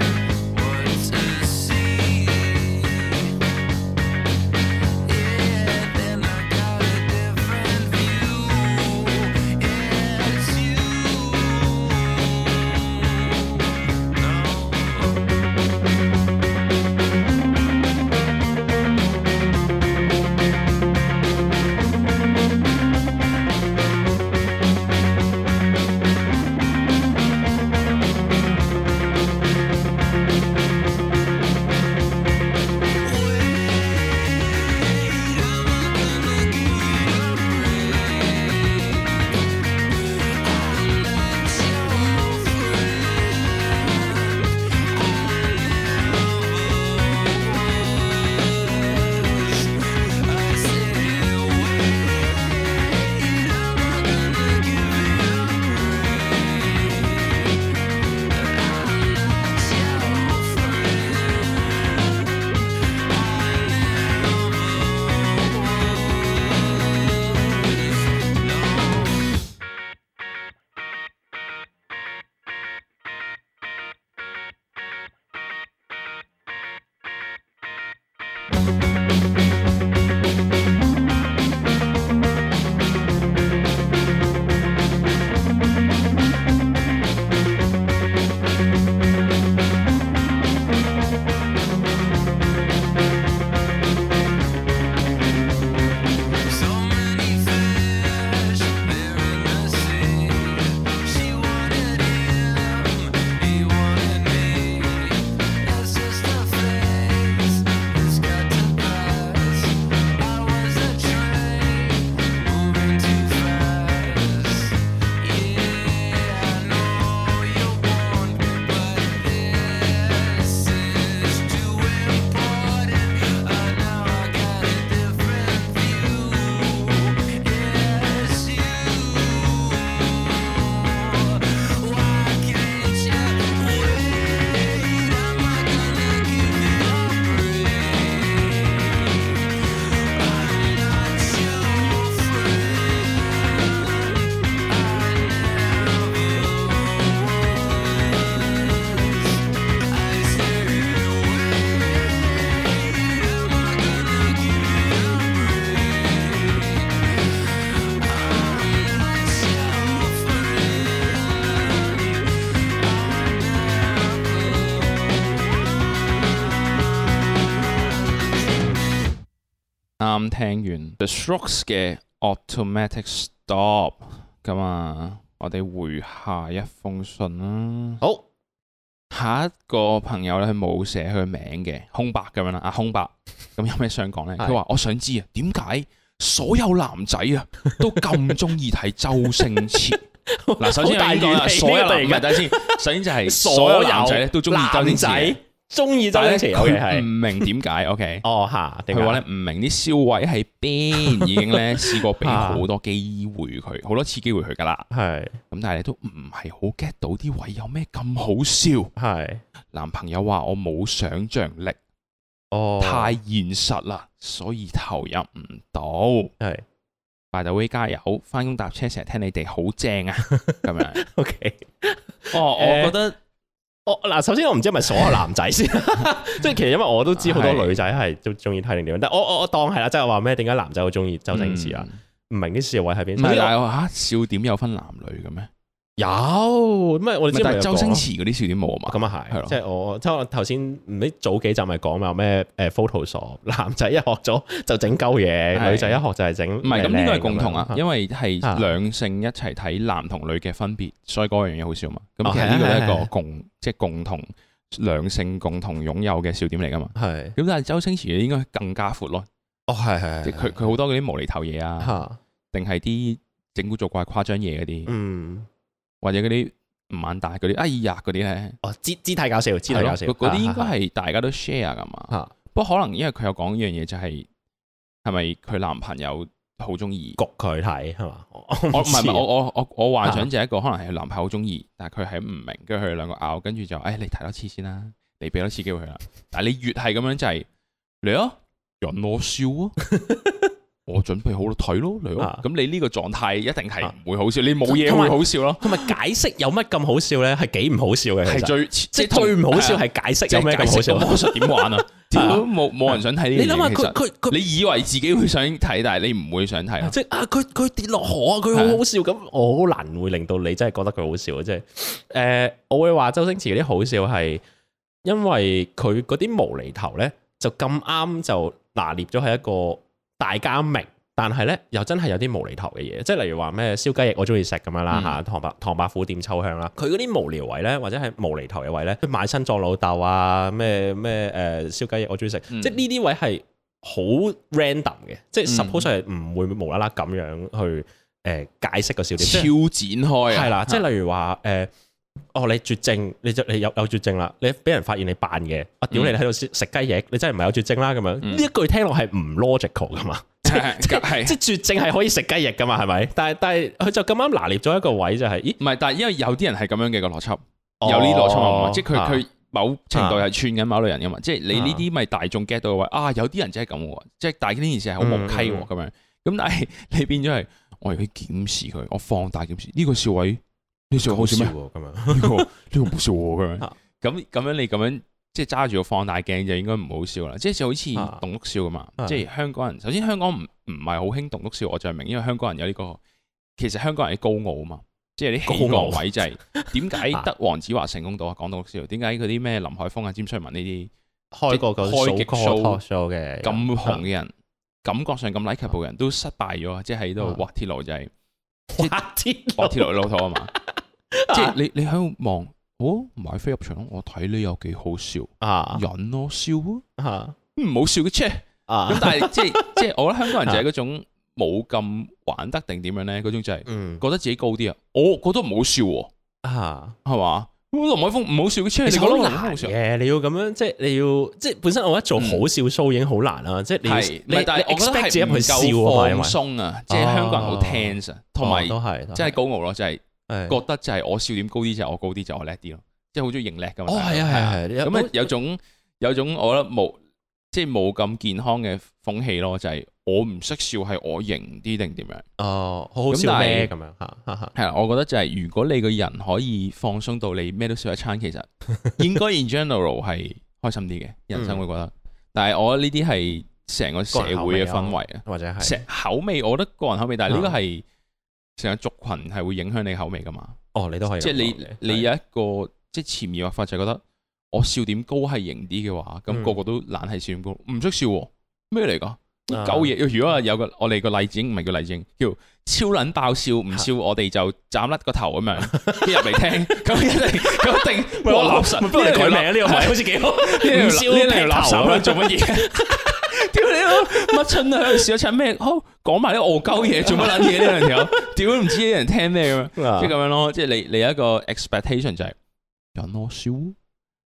[SPEAKER 2] 啱聽完 The Strokes 嘅 Automatic Stop，咁啊，我哋回下一封信啦。
[SPEAKER 1] 好，
[SPEAKER 2] 下一個朋友咧，佢冇寫佢名嘅，空白咁樣啦，啊空白，咁有咩想講咧？
[SPEAKER 1] 係
[SPEAKER 2] 佢話：我想知啊，點解所有男仔啊都咁中意睇周星
[SPEAKER 1] (laughs)
[SPEAKER 2] 馳？嗱，首先
[SPEAKER 1] 好大
[SPEAKER 2] 係講啦，
[SPEAKER 1] 語氣
[SPEAKER 2] 所有男
[SPEAKER 1] 呢
[SPEAKER 2] 唔
[SPEAKER 1] 個突
[SPEAKER 2] 係
[SPEAKER 1] 然間
[SPEAKER 2] 等下先，首先
[SPEAKER 1] (laughs)
[SPEAKER 2] 就係所有男仔咧都中意周星馳嘅，
[SPEAKER 1] 中意周
[SPEAKER 2] 但係
[SPEAKER 1] 星
[SPEAKER 2] 咧
[SPEAKER 1] 馳，OK
[SPEAKER 2] 佢
[SPEAKER 1] 係，
[SPEAKER 2] 唔明點解，OK。
[SPEAKER 1] 哦吓，定
[SPEAKER 2] 佢話
[SPEAKER 1] 係
[SPEAKER 2] 咧唔明啲消位喺邊，已
[SPEAKER 1] (laughs)
[SPEAKER 2] 經咧試過俾好多機會佢，好多次機會佢噶啦。
[SPEAKER 1] 係
[SPEAKER 2] 咁但係你都唔係好 get 到啲位有咩咁好笑。
[SPEAKER 1] 係
[SPEAKER 2] 男朋友話我冇想像力，
[SPEAKER 1] 哦，
[SPEAKER 2] 太現實啦，所以投入唔到。
[SPEAKER 1] 係
[SPEAKER 2] By the way，加油！翻工搭車成日聽你哋好
[SPEAKER 1] (laughs)
[SPEAKER 2] 正啊，咁樣。
[SPEAKER 1] OK。
[SPEAKER 2] 哦，我
[SPEAKER 1] 誒
[SPEAKER 2] 覺得
[SPEAKER 1] 我嗱，首先我唔知係咪所有男仔
[SPEAKER 2] (laughs)
[SPEAKER 1] 先，即係其實因為我都知好多
[SPEAKER 2] 係
[SPEAKER 1] 女仔係都中意睇定點樣，但我我我當係啦，即係話咩？點解男仔好中意周星馳啊？唔明啲笑位喺邊？
[SPEAKER 2] 嗯嗯。唔係，但係嚇笑點有分男女嘅咩？
[SPEAKER 1] 有咁啊！我哋之前
[SPEAKER 2] 但
[SPEAKER 1] 咪有
[SPEAKER 2] 係周
[SPEAKER 1] 講
[SPEAKER 2] 星馳嗰啲笑點冇啊嘛。
[SPEAKER 1] 咁啊
[SPEAKER 2] 係
[SPEAKER 1] 係，
[SPEAKER 2] 咯
[SPEAKER 1] 即係我即係我頭先唔知早幾集咪講咪有咩誒 Photoshop，男仔一學咗 (laughs) 就整鳩嘢，
[SPEAKER 2] 係
[SPEAKER 1] 女仔一學就係整
[SPEAKER 2] 唔係咁呢個係共同
[SPEAKER 1] 靚咁
[SPEAKER 2] 啊，
[SPEAKER 1] 樣
[SPEAKER 2] 因為係
[SPEAKER 1] 啊
[SPEAKER 2] 兩性一齊睇男同女嘅分別，所以嗰樣嘢好笑嘛。咁
[SPEAKER 1] 哦
[SPEAKER 2] 其實呢個
[SPEAKER 1] 係啊
[SPEAKER 2] 係一
[SPEAKER 1] 係
[SPEAKER 2] 個
[SPEAKER 1] 啊
[SPEAKER 2] 共即係共同兩性共同擁有嘅笑點嚟噶嘛。
[SPEAKER 1] 係
[SPEAKER 2] 咁但係周星馳應該更加闊咯，
[SPEAKER 1] 哦係係
[SPEAKER 2] 即係佢佢好多嗰啲無厘頭嘢啊，
[SPEAKER 1] 嚇
[SPEAKER 2] 定係啲整蠱做怪誇張嘢嗰啲，
[SPEAKER 1] 嗯
[SPEAKER 2] 或者嗰啲唔眼大嗰啲，哎呀嗰啲咧，
[SPEAKER 1] 哦肢肢體搞笑，肢體
[SPEAKER 2] 係咯
[SPEAKER 1] 搞笑
[SPEAKER 2] 嗰嗰啲應該
[SPEAKER 1] 啊
[SPEAKER 2] 係大家都 share 噶嘛。
[SPEAKER 1] 啊
[SPEAKER 2] 不過可能因為佢有講一樣嘢就係係咪佢男朋友好中意。
[SPEAKER 1] 焗佢睇係嘛？我
[SPEAKER 2] 我
[SPEAKER 1] 我
[SPEAKER 2] 唔係唔
[SPEAKER 1] 知
[SPEAKER 2] 係，
[SPEAKER 1] 啊
[SPEAKER 2] 我我我我幻想就係一個可能係佢男朋友好中意，但係佢係唔明，跟住佢哋兩個拗，跟住就誒、哎你睇多次先啦，你俾多次機會佢啦。但係你越係咁樣就係嚟啊，引我笑
[SPEAKER 1] (laughs)
[SPEAKER 2] 啊，我準備好咯，睇咯嚟啊
[SPEAKER 1] 啊。
[SPEAKER 2] 咁你呢個狀態一定係
[SPEAKER 1] 啊
[SPEAKER 2] 唔會好笑，你冇嘢會好笑咯，
[SPEAKER 1] 同埋解釋有乜咁好笑咧？係幾唔好笑嘅，其
[SPEAKER 2] 係
[SPEAKER 1] 實
[SPEAKER 2] 最
[SPEAKER 1] 即
[SPEAKER 2] 即
[SPEAKER 1] 係最唔好笑
[SPEAKER 2] 係
[SPEAKER 1] 係解
[SPEAKER 2] 啊
[SPEAKER 1] 釋
[SPEAKER 2] 即
[SPEAKER 1] 有咩
[SPEAKER 2] 係
[SPEAKER 1] 咁好
[SPEAKER 2] 解釋個
[SPEAKER 1] 笑。
[SPEAKER 2] 魔術點
[SPEAKER 1] (laughs)
[SPEAKER 2] 玩啊？屌冇冇人想睇呢
[SPEAKER 1] 你
[SPEAKER 2] 啲嘢
[SPEAKER 1] 諗下
[SPEAKER 2] 其
[SPEAKER 1] 佢
[SPEAKER 2] 實
[SPEAKER 1] 佢佢
[SPEAKER 2] 你以為自己會想睇，但係你唔會想睇咯。
[SPEAKER 1] 即係啊，佢佢跌落河啊，佢好好笑咁，我好難會令到你真係覺得佢好笑啊！即係誒，我會話周星馳嗰啲好笑係因為佢嗰啲無厘頭咧，就咁啱就拿捏咗係一個大家明。但係咧，又真係有啲無厘頭嘅嘢，即係例如話咩燒雞翼我中意食咁樣啦
[SPEAKER 2] 嗯
[SPEAKER 1] 嚇，唐伯唐伯虎點秋香啦，佢嗰啲無聊位咧，或者係無厘頭嘅位咧，佢賣身葬老豆啊，咩咩誒燒雞翼我中意食，
[SPEAKER 2] 嗯
[SPEAKER 1] 即係呢啲位係好 random 嘅，即係
[SPEAKER 2] 嗯
[SPEAKER 1] suppose 係唔會無啦啦咁樣去誒、呃解釋個笑點，
[SPEAKER 2] 超
[SPEAKER 1] 即
[SPEAKER 2] 展
[SPEAKER 1] 係
[SPEAKER 2] 開啊！
[SPEAKER 1] 係啦，即係例如話誒、呃哦你絕症，你就你有有絕症啦，你俾人發現你扮嘅，我屌你
[SPEAKER 2] 嗯
[SPEAKER 1] 喺度食食雞翼，你真係唔係有絕症啦咁樣，呢、
[SPEAKER 2] 嗯
[SPEAKER 1] 一句聽落係唔 logical 噶嘛。
[SPEAKER 2] (laughs) 係係
[SPEAKER 1] 即係絕症係可以食雞翼噶嘛，係咪？但係但係佢就咁啱拿捏咗一個位就係、咦，
[SPEAKER 2] 唔係，但係因為有啲人係咁樣嘅個邏輯，
[SPEAKER 1] 哦
[SPEAKER 2] 有呢邏輯啊嘛，即係佢
[SPEAKER 1] 啊
[SPEAKER 2] 佢某程度係串緊某類人噶嘛，即係你呢啲咪大眾 get 到嘅位啊，有啲人真係咁喎，即係但係呢件事係好無稽
[SPEAKER 1] 嗯嗯
[SPEAKER 2] 喎咁樣，咁但係你變咗係我而家檢視佢，我放大檢視呢個笑位，呢個笑位好笑咩？
[SPEAKER 1] 喎咁樣。
[SPEAKER 2] (laughs) 呢個呢個唔好笑喎咁樣
[SPEAKER 1] 啊，
[SPEAKER 2] 咁咁樣你咁樣。即係揸住個放大鏡就應該唔好笑啦，即係好似
[SPEAKER 1] 啊
[SPEAKER 2] 棟篤笑咁嘛。
[SPEAKER 1] 啊
[SPEAKER 2] 即係香港人，首先香港唔唔係好興棟篤笑，我就係明，因為香港人有呢個，其實香港人啲高傲啊嘛，即係啲
[SPEAKER 1] 高傲
[SPEAKER 2] 高傲位 (laughs) 就係點解
[SPEAKER 1] 啊
[SPEAKER 2] 得黃子華成功到啊？講棟篤笑，點解嗰啲咩林海峰啊、詹瑞文呢啲
[SPEAKER 1] 開個個
[SPEAKER 2] 開
[SPEAKER 1] 數
[SPEAKER 2] 極
[SPEAKER 1] 個
[SPEAKER 2] show，
[SPEAKER 1] talk show 嘅 (laughs)
[SPEAKER 2] 咁
[SPEAKER 1] 啊
[SPEAKER 2] 紅嘅人，感覺上咁 likeable 嘅人都失敗咗啊！即係喺度
[SPEAKER 1] 啊
[SPEAKER 2] 挖鐵路就係
[SPEAKER 1] (laughs) 哇天
[SPEAKER 2] 挖
[SPEAKER 1] 啊，
[SPEAKER 2] 鐵路老土
[SPEAKER 1] (laughs)
[SPEAKER 2] 啊嘛，即係你你喺度望，哦買飛入場咯，我睇你有幾好笑， (laughs)
[SPEAKER 1] 啊
[SPEAKER 2] 忍咯笑啊，
[SPEAKER 1] 啊
[SPEAKER 2] 唔好笑嘅 check。咁
[SPEAKER 1] 啊，
[SPEAKER 2] 但係
[SPEAKER 1] (laughs)
[SPEAKER 2] 即係即係，我覺得香港人就係嗰種冇咁玩得定點樣咧，嗰種就係
[SPEAKER 1] 嗯
[SPEAKER 2] 覺得自己高啲啊。我覺得唔好笑喎，
[SPEAKER 1] 啊，
[SPEAKER 2] 係嘛？咁林海峰唔好笑，嘅，出
[SPEAKER 1] 其
[SPEAKER 2] 你
[SPEAKER 1] 實
[SPEAKER 2] 覺得
[SPEAKER 1] 好
[SPEAKER 2] 林海峰
[SPEAKER 1] 難
[SPEAKER 2] 好笑？
[SPEAKER 1] 嘅，你要咁樣即係你要即係本身我覺得做好笑 show 已經好難啦，即係你要
[SPEAKER 2] 係，唔係
[SPEAKER 1] 你
[SPEAKER 2] 但係
[SPEAKER 1] 你
[SPEAKER 2] 我覺得
[SPEAKER 1] expect 自己
[SPEAKER 2] 係唔
[SPEAKER 1] 入去笑啊嘛，因
[SPEAKER 2] 夠
[SPEAKER 1] 為
[SPEAKER 2] 放鬆啊，即係香港人好 tense 啊，同埋
[SPEAKER 1] 哦都係
[SPEAKER 2] 真係高傲咯，就係
[SPEAKER 1] 係
[SPEAKER 2] 覺得就係我笑點高啲就係我高啲就我叻啲咯，即係好中意認叻噶嘛。
[SPEAKER 1] 哦
[SPEAKER 2] 大
[SPEAKER 1] 係
[SPEAKER 2] 家
[SPEAKER 1] 啊係啊係啊，
[SPEAKER 2] 咁啊有種有種我覺得冇即係冇咁健康嘅風氣咯，就係我唔識笑係我型啲定點樣？
[SPEAKER 1] 哦好好
[SPEAKER 2] 咁
[SPEAKER 1] 笑
[SPEAKER 2] 但係
[SPEAKER 1] 咩咁樣嚇嚇嚇
[SPEAKER 2] 係啦，我覺得就係如果你個人可以放鬆到你咩都笑一餐，其實 (laughs) 應該 in general 係開心啲嘅，人生會覺得。但係我呢啲係成個社會嘅氛圍啊，
[SPEAKER 1] 或者係
[SPEAKER 2] 成口味，我覺得個人口味，但係呢個係成個族群係會影響你口味噶嘛。
[SPEAKER 1] 哦你都可以咁
[SPEAKER 2] 即係
[SPEAKER 1] 講嘅
[SPEAKER 2] 你你有一個即係潛移默化，就係覺得我笑點高係型啲嘅話，咁
[SPEAKER 1] 嗯
[SPEAKER 2] 個個都懶係笑點高，唔識笑喎咩嚟㗎？
[SPEAKER 1] 啊
[SPEAKER 2] 鳩嘢。如果有個我哋個例子唔係叫例子，叫超撚爆笑，唔笑我哋就斬甩個頭咁
[SPEAKER 1] (laughs)
[SPEAKER 2] 樣，一入嚟聽，咁一定咁一定
[SPEAKER 1] 喂
[SPEAKER 2] 哇
[SPEAKER 1] 我
[SPEAKER 2] 垃圾，
[SPEAKER 1] 不如你改名啊呢個位好似
[SPEAKER 2] (laughs)
[SPEAKER 1] 幾好，
[SPEAKER 2] 呢
[SPEAKER 1] 唔
[SPEAKER 2] 條
[SPEAKER 1] 笑
[SPEAKER 2] 呢條
[SPEAKER 1] (laughs)
[SPEAKER 2] 垃圾啦，
[SPEAKER 1] 劈頭啊
[SPEAKER 2] 做乜嘢？屌你老乜春啊！喺度試咗出咩？好講埋啲戇鳩嘢，做乜撚嘢呢兩條友？屌都唔知啲人聽咩咁樣，
[SPEAKER 1] 啊
[SPEAKER 2] 即係咁樣咯。即係你你有一個 expectation 就係有攞燒，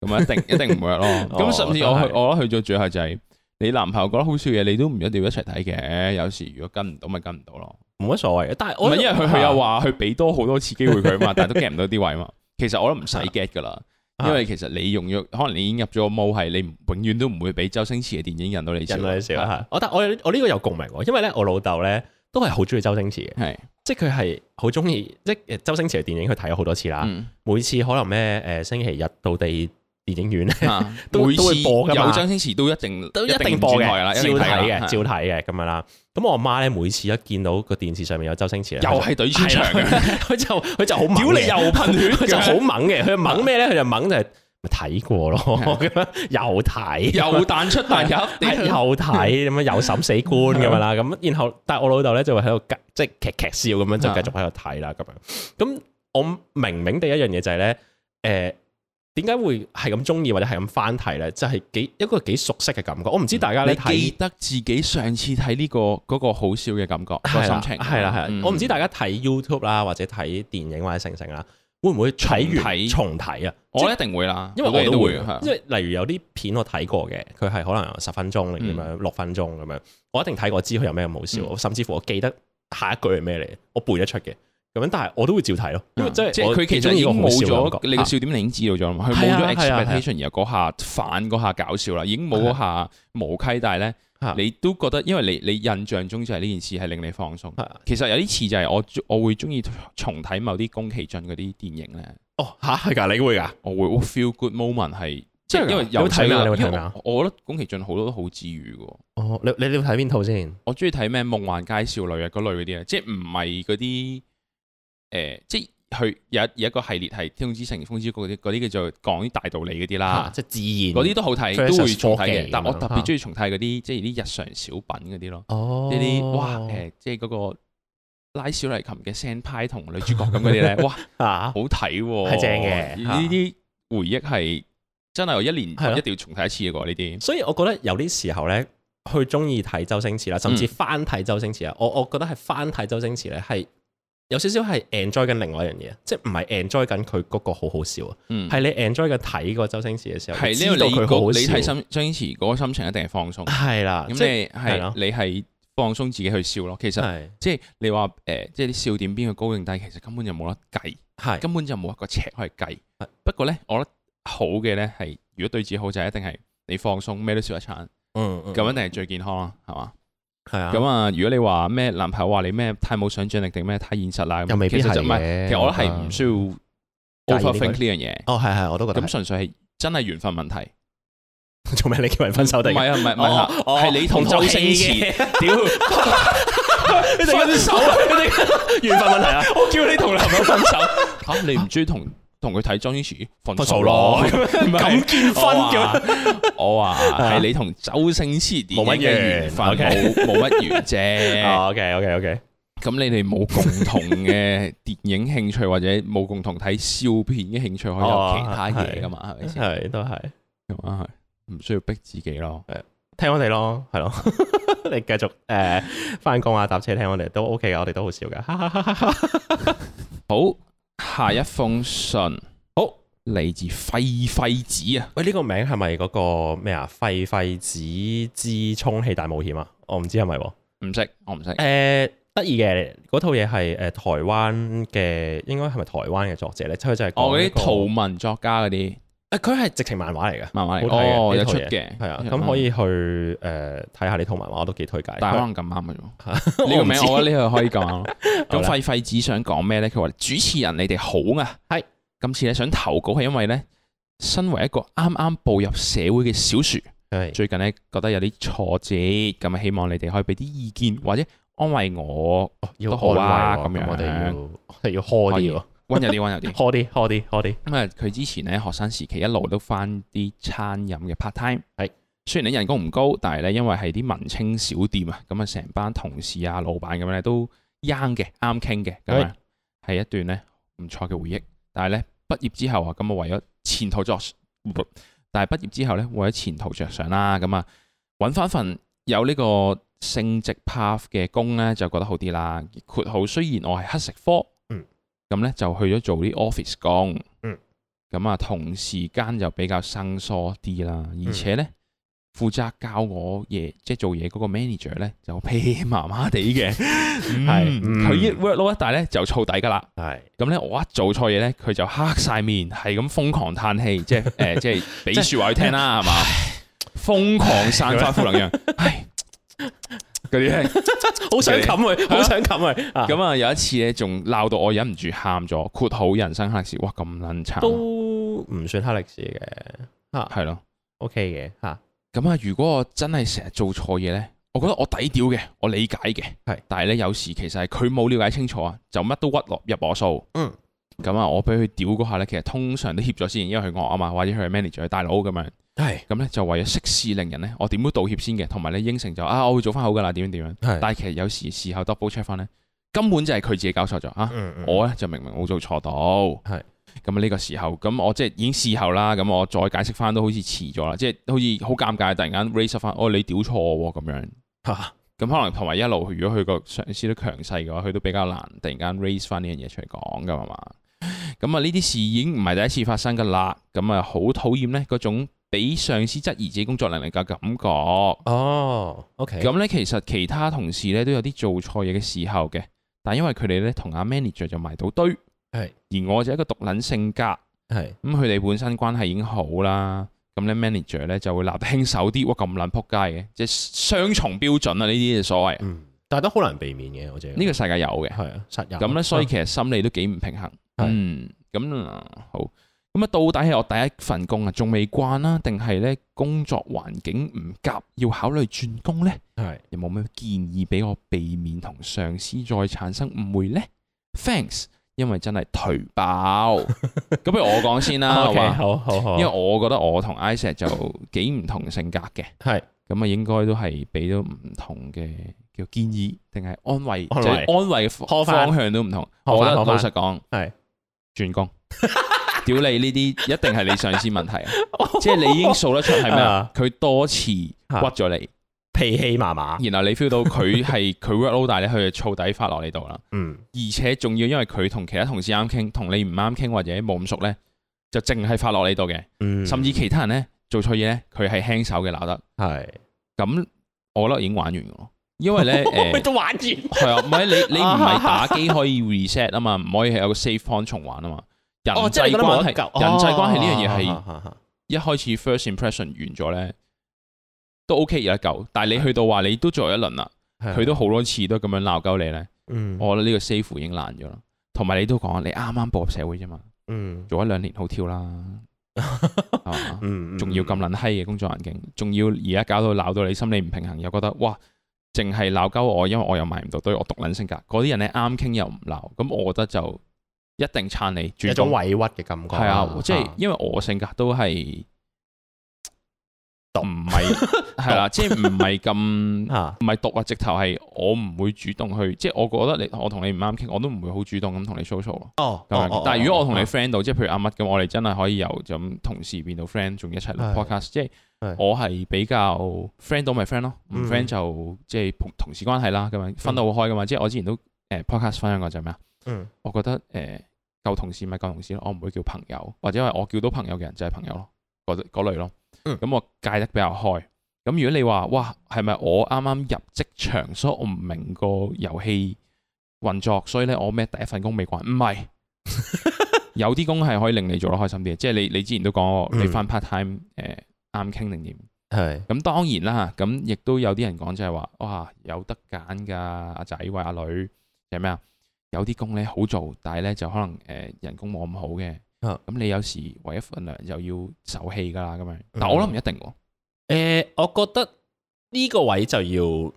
[SPEAKER 2] 咁啊一定一
[SPEAKER 1] (laughs)
[SPEAKER 2] 定唔會咯。
[SPEAKER 1] 哦
[SPEAKER 2] 咁甚至我
[SPEAKER 1] 真
[SPEAKER 2] 去
[SPEAKER 1] 係
[SPEAKER 2] 我覺得去咗最後就係你男朋友覺得好笑嘅，你都唔一定要一齊睇嘅。有時如果跟唔到咪跟唔到咯。
[SPEAKER 1] 冇乜所謂嘅。但係
[SPEAKER 2] 唔
[SPEAKER 1] 我啊
[SPEAKER 2] 係因為佢佢又話佢俾多好多次機會
[SPEAKER 1] (laughs)
[SPEAKER 2] 佢嘛，但係都 get 唔到啲位嘛。其實我都唔使 get 噶啦，
[SPEAKER 1] 啊
[SPEAKER 2] 因為其實你用咗，可能你已經入咗個毛係，你唔永遠都唔會俾周星馳嘅電影引到你笑。啊
[SPEAKER 1] 人類少
[SPEAKER 2] 係
[SPEAKER 1] 嚇，我但我有我呢個有共鳴喎，因為咧我老豆咧都係好中意周星馳嘅，
[SPEAKER 2] 係
[SPEAKER 1] 即係佢係好中意即係呃周星馳嘅電影，佢睇咗好多次啦。 (laughs)
[SPEAKER 2] 嗯
[SPEAKER 1] 每次可能咩誒星期日到地電影院咧，
[SPEAKER 2] 啊
[SPEAKER 1] 都
[SPEAKER 2] 每次
[SPEAKER 1] 都會播㗎嘛
[SPEAKER 2] 有周星馳都一定
[SPEAKER 1] 都一定
[SPEAKER 2] 唔
[SPEAKER 1] 播
[SPEAKER 2] 轉
[SPEAKER 1] 嘅，
[SPEAKER 2] 台啦，
[SPEAKER 1] 照
[SPEAKER 2] 一定
[SPEAKER 1] 睇
[SPEAKER 2] 睇
[SPEAKER 1] 嘅，照睇嘅咁樣啦。咁我阿媽咧每次一見到個電視上面有周星馳呢，
[SPEAKER 2] 又係對穿牆嘅，
[SPEAKER 1] (laughs) 佢就佢就佢就好猛
[SPEAKER 2] 屌
[SPEAKER 1] 嘅
[SPEAKER 2] 你又噴血
[SPEAKER 1] 佢啊就好
[SPEAKER 2] 嘅，
[SPEAKER 1] 猛嘅，佢猛咩咧？佢就猛就係咪睇過咯，咁樣又睇，
[SPEAKER 2] 又彈出彈入，
[SPEAKER 1] 係 (laughs) 又
[SPEAKER 2] (laughs)
[SPEAKER 1] 睇咁樣又審死官咁樣啦。咁然後，但係我老豆咧就會喺度吉即係劇劇笑咁樣，
[SPEAKER 2] 啊
[SPEAKER 1] 就繼續喺度睇啦咁樣。咁我明明第一樣嘢就係咧，誒點解會係咁中意或者係咁翻睇咧？就係幾一個幾熟悉嘅感覺。我唔知大家咧
[SPEAKER 2] 你
[SPEAKER 1] 睇
[SPEAKER 2] 記得自己上次睇呢個嗰個好笑嘅感覺，個
[SPEAKER 1] 係啦
[SPEAKER 2] 心情
[SPEAKER 1] 係啦係啦
[SPEAKER 2] 嗯
[SPEAKER 1] 我唔知大家睇 YouTube 啦，或者睇電影或者成成啦，會唔會睇完重
[SPEAKER 2] 重
[SPEAKER 1] 睇啊？
[SPEAKER 2] 我一定會啊啦，
[SPEAKER 1] 因為
[SPEAKER 2] 好多
[SPEAKER 1] 我
[SPEAKER 2] 嘢
[SPEAKER 1] 都
[SPEAKER 2] 都
[SPEAKER 1] 會，
[SPEAKER 2] 係
[SPEAKER 1] 因為例如有啲片我睇過嘅，佢係可能有十分鐘咁樣，六分鐘咁樣，我一定睇過知佢有咩咁好笑，
[SPEAKER 2] 嗯
[SPEAKER 1] 我甚至乎我記得下一句係咩嚟，我背得出嘅，咁樣但係我都會照睇咯，因為
[SPEAKER 2] 嗯
[SPEAKER 1] 即係我
[SPEAKER 2] 佢其實
[SPEAKER 1] 中
[SPEAKER 2] 已
[SPEAKER 1] 意個
[SPEAKER 2] 經
[SPEAKER 1] 好
[SPEAKER 2] 冇
[SPEAKER 1] 笑嘅
[SPEAKER 2] 咗
[SPEAKER 1] 感覺啊
[SPEAKER 2] 你個笑點，你已經知道咗啦嘛。佢
[SPEAKER 1] 係
[SPEAKER 2] 冇
[SPEAKER 1] 啊
[SPEAKER 2] 咗
[SPEAKER 1] 係啊係啊
[SPEAKER 2] expectation，然後嗰下反嗰下搞笑啦，已經冇嗰下無稽，但係咧
[SPEAKER 1] 啊
[SPEAKER 2] 你都覺得，因為你你印象中就係呢件事係令你放鬆。
[SPEAKER 1] 係啊
[SPEAKER 2] 其實有啲似就係我我會中意重睇某啲宮崎駿嗰啲電影咧，
[SPEAKER 1] 哦吓係㗎，你會㗎？
[SPEAKER 2] 我會我 feel good moment 係即
[SPEAKER 1] 真係㗎
[SPEAKER 2] 係因為
[SPEAKER 1] 你
[SPEAKER 2] 有
[SPEAKER 1] 會睇咩啊你會睇咩啊
[SPEAKER 2] 我覺得宮崎駿好多都好治愈嘅喎。
[SPEAKER 1] 哦，你你你要睇邊套先？
[SPEAKER 2] 我中意睇咩《夢幻街少女》啊嗰類嗰啲咧，即係唔係嗰啲誒，即係佢有一有一個系列係《天空之城》《風之谷》嗰啲，嗰啲叫做講啲大道理嗰啲
[SPEAKER 1] 啊
[SPEAKER 2] 啦，，
[SPEAKER 1] 即係自
[SPEAKER 2] 嗰
[SPEAKER 1] 然
[SPEAKER 2] 啲都好睇，
[SPEAKER 1] versus
[SPEAKER 2] 都會重睇
[SPEAKER 1] 科技
[SPEAKER 2] 嘅。但我
[SPEAKER 1] 咁樣
[SPEAKER 2] 特別中意重睇嗰啲，即係啲日常小品嗰啲咯，
[SPEAKER 1] 哦
[SPEAKER 2] 呢啲哇誒，即係嗰個拉小提琴嘅聲派同女主角咁嗰
[SPEAKER 1] (laughs)
[SPEAKER 2] 啲咧，哇好
[SPEAKER 1] 啊
[SPEAKER 2] 睇喎，
[SPEAKER 1] 係正嘅
[SPEAKER 2] 呢啲回憶係真係我一年
[SPEAKER 1] 係咯
[SPEAKER 2] 一定要重睇一次嘅喎，呢啲
[SPEAKER 1] 所以我覺得有啲時候咧，去中意睇周星馳啦，甚
[SPEAKER 2] 嗯
[SPEAKER 1] 至翻睇周星馳啦。我我覺得係翻睇周星馳咧，係有少少係 enjoy 緊另外一樣嘢，即係唔係 enjoy 緊佢嗰個好好笑啊，
[SPEAKER 2] 嗯
[SPEAKER 1] 係你 enjoy 緊睇個周星馳嘅時候，
[SPEAKER 2] 係
[SPEAKER 1] 知道
[SPEAKER 2] 呢個
[SPEAKER 1] 佢好
[SPEAKER 2] 你
[SPEAKER 1] 好
[SPEAKER 2] 嗰
[SPEAKER 1] 笑
[SPEAKER 2] 你睇心周星馳嗰個心情一定係放鬆。
[SPEAKER 1] 係啦，
[SPEAKER 2] 咁
[SPEAKER 1] 即係
[SPEAKER 2] 你
[SPEAKER 1] 係咯
[SPEAKER 2] 係你係放鬆自己去笑咯。其實
[SPEAKER 1] 係
[SPEAKER 2] 即係你話誒、呃即係啲笑點邊個高定低，其實根本就冇得計，
[SPEAKER 1] 係
[SPEAKER 2] 根本就冇一個尺去計
[SPEAKER 1] 係。
[SPEAKER 2] 不過咧，我覺得好嘅咧係，如果對自己好就一定係你放鬆，咩都笑一餐，
[SPEAKER 1] 嗯嗯
[SPEAKER 2] 咁一定係最健康啦，係嘛？
[SPEAKER 1] 係啊，
[SPEAKER 2] 咁啊，如果你話咩男朋友話你咩太冇想像力定咩太現實啦，咁
[SPEAKER 1] 又未必
[SPEAKER 2] 其實就
[SPEAKER 1] 係
[SPEAKER 2] 唔
[SPEAKER 1] 嘅
[SPEAKER 2] 係。
[SPEAKER 1] 啊
[SPEAKER 2] 其實我覺得係唔需要
[SPEAKER 1] 介意呢個
[SPEAKER 2] overthink 呢樣嘢，
[SPEAKER 1] 哦係係，我都覺得
[SPEAKER 2] 咁
[SPEAKER 1] 係
[SPEAKER 2] 純粹係真係緣分問題。
[SPEAKER 1] (laughs) 做咩你叫人分手
[SPEAKER 2] 唔
[SPEAKER 1] 定？
[SPEAKER 2] 係啊，唔係唔係啊
[SPEAKER 1] 哦，哦
[SPEAKER 2] 係你同周星馳。
[SPEAKER 1] 屌，你哋分手啊！你哋緣分問題啊！我叫你同男朋友分手。
[SPEAKER 2] 吓、你唔中意同同佢睇周星馳分
[SPEAKER 1] 分手
[SPEAKER 2] 手
[SPEAKER 1] 咯
[SPEAKER 2] 咯？
[SPEAKER 1] 咁結婚嘅
[SPEAKER 2] 嘅，我話
[SPEAKER 1] 啊
[SPEAKER 2] 係你同周星馳電
[SPEAKER 1] 冇乜哦
[SPEAKER 2] 影嘅緣
[SPEAKER 1] 緣
[SPEAKER 2] 分
[SPEAKER 1] OK
[SPEAKER 2] 冇冇乜
[SPEAKER 1] (laughs)
[SPEAKER 2] 緣啫。
[SPEAKER 1] OK OK OK，
[SPEAKER 2] 咁你哋冇共同嘅電影興趣，或者冇共同睇笑片嘅興趣，可以
[SPEAKER 1] 哦
[SPEAKER 2] 有其他嘢噶嘛？係咪先？
[SPEAKER 1] 係都係
[SPEAKER 2] 咁啊，係唔需要逼自己咯。
[SPEAKER 1] 聽我哋咯，係咯。 (laughs) 你繼續誒翻工啊，搭車聽我哋都 OK 嘅，我哋都好笑噶。
[SPEAKER 2] 好，下一封信，好嚟自廢廢子啊，
[SPEAKER 1] (laughs) 喂，呢個名係咪嗰個咩啊？廢廢子之充氣大冒險啊？我唔知係咪
[SPEAKER 2] (laughs)
[SPEAKER 1] 喎。
[SPEAKER 2] 唔識我唔識。
[SPEAKER 1] 誒得意嘅嗰套嘢係誒台灣嘅，應該係咪台灣嘅作者咧？即係佢就係
[SPEAKER 2] 哦，
[SPEAKER 1] 講
[SPEAKER 2] 嗰
[SPEAKER 1] 一
[SPEAKER 2] 啲
[SPEAKER 1] 個
[SPEAKER 2] 圖文作家嗰啲
[SPEAKER 1] 誒佢係直情漫畫嚟嘅。
[SPEAKER 2] 漫畫嚟，
[SPEAKER 1] 好睇嘅
[SPEAKER 2] 哦，
[SPEAKER 1] 呢
[SPEAKER 2] 有
[SPEAKER 1] 套
[SPEAKER 2] 出
[SPEAKER 1] 嘢
[SPEAKER 2] 嘅，
[SPEAKER 1] 係啊，
[SPEAKER 2] 有
[SPEAKER 1] 咁
[SPEAKER 2] 出
[SPEAKER 1] 可以去誒睇下呢套漫畫，我都幾推介。
[SPEAKER 2] 嗯但係可能咁啱嘅啫。
[SPEAKER 1] 我 (laughs) 唔
[SPEAKER 2] 呢個名
[SPEAKER 1] 知
[SPEAKER 2] 我覺得呢個可以咁啱
[SPEAKER 1] (laughs)
[SPEAKER 2] 咯。
[SPEAKER 1] 好
[SPEAKER 2] 咁
[SPEAKER 1] 啦
[SPEAKER 2] 廢廢子想講咩咧？佢話主持人你哋好啊，
[SPEAKER 1] 係
[SPEAKER 2] 今次咧想投稿係因為咧，身為一個啱啱步入社會嘅小薯，
[SPEAKER 1] 係
[SPEAKER 2] 最近咧覺得有啲挫折，咁啊希望你哋可以俾啲意見或者安慰我，
[SPEAKER 1] 要
[SPEAKER 2] 都好啊
[SPEAKER 1] 安慰喎
[SPEAKER 2] 咁樣啊
[SPEAKER 1] 我哋要我哋要呵啲喎，
[SPEAKER 2] 温柔啲，温柔啲。
[SPEAKER 1] 呵啲呵啲呵啲。
[SPEAKER 2] 咁啊，佢之前咧學生時期一路都翻啲餐飲嘅 part time，
[SPEAKER 1] 係
[SPEAKER 2] 雖然你人工唔高，但係咧因為係啲文青小店啊，咁啊成班同事啊、老闆咁樣咧都 young 嘅，啱傾嘅，咁啊係一段咧唔錯嘅回憶。但係咧畢業之後啊，咁啊為咗前途作， (laughs) 但係畢業之後咧為咗前途着想啦，咁啊揾翻份有呢個升職 path 嘅工咧就覺得好啲啦。括號雖然我係黑食科，
[SPEAKER 1] 嗯，
[SPEAKER 2] 咁咧就去咗做啲 office 工，
[SPEAKER 1] 嗯，
[SPEAKER 2] 咁啊同時間就比較生疏啲啦，而且
[SPEAKER 1] 嗯
[SPEAKER 2] 咧。負責教我嘢，即係做嘢嗰個 manager 咧就屁 (laughs) 麻麻地嘅，係
[SPEAKER 1] 嗯
[SPEAKER 2] 佢一 work load 一大咧就燥底噶啦。
[SPEAKER 1] 係
[SPEAKER 2] 咁咧我一做錯嘢咧，佢就黑晒面，係咁瘋狂嘆氣，即係誒、呃即係俾説話佢聽啦，係嘛？瘋狂散發負能量，唉，嗰啲咧。
[SPEAKER 1] 好想冚佢，
[SPEAKER 2] 啊
[SPEAKER 1] 好想冚佢啊！
[SPEAKER 2] 咁啊有一次咧，仲鬧到我忍唔住喊咗，括號人生黑歷史，哇咁撚
[SPEAKER 1] 都
[SPEAKER 2] 慘，
[SPEAKER 1] 唔算黑歷史嘅
[SPEAKER 2] 係咯。
[SPEAKER 1] ，OK 嘅嚇，
[SPEAKER 2] 咁啊，如果我真係成日做錯嘢咧，我覺得我抵屌嘅，我理解嘅，
[SPEAKER 1] 係
[SPEAKER 2] 但係咧有時其實係佢冇了解清楚啊，就乜都屈落入我數。
[SPEAKER 1] 嗯。
[SPEAKER 2] 咁啊，我俾佢屌嗰下咧，其實通常都協咗先，因為佢惡啊嘛，或者佢係 manager 佢大佬咁樣。
[SPEAKER 1] 係
[SPEAKER 2] 咁咧就為咗息事寧人咧，我點都道歉先嘅，同埋咧應承就啊，我會做翻好噶啦，點樣點樣。
[SPEAKER 1] 係，
[SPEAKER 2] 但係其實有時事後 double check 翻咧，根本就係佢自己搞錯咗啊！
[SPEAKER 1] 嗯嗯
[SPEAKER 2] 我咧就明明冇做錯到，
[SPEAKER 1] 係
[SPEAKER 2] 咁啊呢個時候，咁我即係已經事後啦，咁我再解釋翻都好似遲咗啦，即係好似好尷尬，突然間 raise 翻，哦你屌錯喎咁樣，
[SPEAKER 1] 嚇
[SPEAKER 2] 咁可能同埋一路如果佢個上司都強勢嘅話，佢都比較難突然間 raise 翻呢樣嘢出嚟講噶嘛，咁啊呢啲事已經唔係第一次發生噶啦，咁啊好討厭呢嗰種俾上司質疑自己工作能力嘅感覺。
[SPEAKER 1] 哦，OK，
[SPEAKER 2] 咁咧，其實其他同事咧都有啲做錯嘢嘅時候嘅，但因為佢哋咧同阿 manager 就埋到堆，
[SPEAKER 1] 係
[SPEAKER 2] 而我就一個獨撚性格，咁
[SPEAKER 1] 係
[SPEAKER 2] 佢哋本身關係已經好啦，咁咧 manager 咧就會立得輕手啲，哇咁撚撲街嘅，即係雙重標準啊！呢啲嘅所謂，
[SPEAKER 1] 嗯，但係都好難避免嘅，我覺得
[SPEAKER 2] 呢個世界有嘅，
[SPEAKER 1] 係啊，實有
[SPEAKER 2] 咁咧所以其實心理都幾唔平衡。
[SPEAKER 1] 係
[SPEAKER 2] 嗯，咁啊好，咁啊到底係我第一份工啊仲未慣啦，定係咧工作環境唔夾，要考慮轉工咧？
[SPEAKER 1] 係
[SPEAKER 2] 有冇咩建議俾我避免同上司再產生誤會呢 t h a n k s 因為真係頹
[SPEAKER 1] (laughs)
[SPEAKER 2] 爆。咁不如我講先啦，好
[SPEAKER 1] 啊 OK，
[SPEAKER 2] 嘛？
[SPEAKER 1] 好好好，
[SPEAKER 2] 因為我覺得我同 Isaac 就幾唔同性格嘅，
[SPEAKER 1] 係
[SPEAKER 2] 咁啊應該都係俾到唔同嘅叫建議，定係安慰，
[SPEAKER 1] 安慰
[SPEAKER 2] 即係安慰嘅
[SPEAKER 1] 呵
[SPEAKER 2] 方
[SPEAKER 1] 返
[SPEAKER 2] 方向都唔同。
[SPEAKER 1] 呵返
[SPEAKER 2] 我覺得
[SPEAKER 1] 呵返
[SPEAKER 2] 老實講，
[SPEAKER 1] 係
[SPEAKER 2] 轉
[SPEAKER 1] (laughs)
[SPEAKER 2] 工。屌你呢啲一定係你上司問題
[SPEAKER 1] (laughs)
[SPEAKER 2] 啊，即係你已經數得出係咩啊
[SPEAKER 1] 啊？
[SPEAKER 2] 佢多次屈咗你，
[SPEAKER 1] 脾氣麻麻，
[SPEAKER 2] 然後你 feel 到佢
[SPEAKER 1] (laughs)
[SPEAKER 2] 係佢 workload 大咧，佢就燥底發落你度啦。
[SPEAKER 1] 嗯
[SPEAKER 2] 而且仲要因為佢同其他同事啱傾，同你唔啱傾或者冇咁熟咧，就淨係發落你度嘅。
[SPEAKER 1] 嗯，
[SPEAKER 2] 甚至其他人咧做錯嘢咧，佢係輕手嘅鬧得。
[SPEAKER 1] 係
[SPEAKER 2] 咁我覺得已經玩完㗎咯，
[SPEAKER 1] (laughs)
[SPEAKER 2] 因為咧誒
[SPEAKER 1] 都玩完，(laughs)
[SPEAKER 2] 係啊，唔係你你唔係打機可以 reset 啊嘛，唔可以係有個 save point 重玩啊嘛。人
[SPEAKER 1] 哦，啊即係
[SPEAKER 2] 際
[SPEAKER 1] 你覺得
[SPEAKER 2] 關
[SPEAKER 1] 冇
[SPEAKER 2] 係
[SPEAKER 1] 得救，
[SPEAKER 2] 人際關係呢樣嘢係。
[SPEAKER 1] 係
[SPEAKER 2] 一開始 first impression 完咗咧，都 OK 有得救。但係你去到話你都做咗一輪啦，佢都好多次都咁樣鬧鳩你咧，
[SPEAKER 1] 啊嗯
[SPEAKER 2] 我覺得呢個 safe 已經爛咗啦。同埋你都講你啱啱步入社會啫嘛，
[SPEAKER 1] 嗯
[SPEAKER 2] 做一兩年好
[SPEAKER 1] (laughs)
[SPEAKER 2] 跳啦，係嘛
[SPEAKER 1] 嗯，
[SPEAKER 2] 仲要咁撚閪嘅工作環境，仲要而家搞到鬧到你心理唔平衡，又覺得哇，淨係鬧鳩我，因為我又埋唔到堆，我獨撚性格。嗰啲人咧啱傾又唔鬧，咁我覺得就一定撐你。轉
[SPEAKER 1] 一種
[SPEAKER 2] 工
[SPEAKER 1] 委屈嘅感覺，
[SPEAKER 2] 係啊，即係因為我性格都係
[SPEAKER 1] (laughs) 毒
[SPEAKER 2] 唔係係啦，即係唔係咁
[SPEAKER 1] 啊
[SPEAKER 2] 唔係毒啊，直頭係我唔會主動去，即係我覺得你我同你唔啱傾，我都唔會好主動咁同你 social 咯。
[SPEAKER 1] 哦，
[SPEAKER 2] 咁樣但係如果我同你 friend 到，即係譬如阿乜咁，我哋真係可以由就咁同事變到 friend，仲一齊
[SPEAKER 1] 係
[SPEAKER 2] 錄 podcast，即係
[SPEAKER 1] 係
[SPEAKER 2] 我係比較 friend 到咪 friend 咯，唔
[SPEAKER 1] 嗯
[SPEAKER 2] friend 就即係同同事關係啦，咁樣分得好開噶嘛。即係我之前都誒呃 podcast 分享過就係咩啊？
[SPEAKER 1] 嗯
[SPEAKER 2] 我覺得誒、呃、舊同事咪舊同事咯，我唔會叫朋友，或者係我叫到朋友嘅人就係朋友咯，嗰嗰類咯。
[SPEAKER 1] 嗯
[SPEAKER 2] 咁、我戒得比較開。咁如果你話哇，係咪我啱啱入職場，所以我唔明個遊戲運作，所以咧我咩第一份工未慣？唔係，有啲工係可以令你做得開心啲嘅，即係你你之前都講我
[SPEAKER 1] 嗯
[SPEAKER 2] 你翻 part time 誒啱傾定點？
[SPEAKER 1] (laughs) 係
[SPEAKER 2] 咁當然啦，咁亦都有啲人講就係話，哇有得揀㗎，阿仔或阿女就係咩啊？有啲工咧好做，但係咧就可能誒、呃人工冇咁好嘅。咁、
[SPEAKER 1] 啊
[SPEAKER 2] 你有時為一份糧又要受氣㗎啦，咁
[SPEAKER 1] 嗯
[SPEAKER 2] 樣。但我諗唔一定喎，
[SPEAKER 1] 誒，我覺得呢個位就要有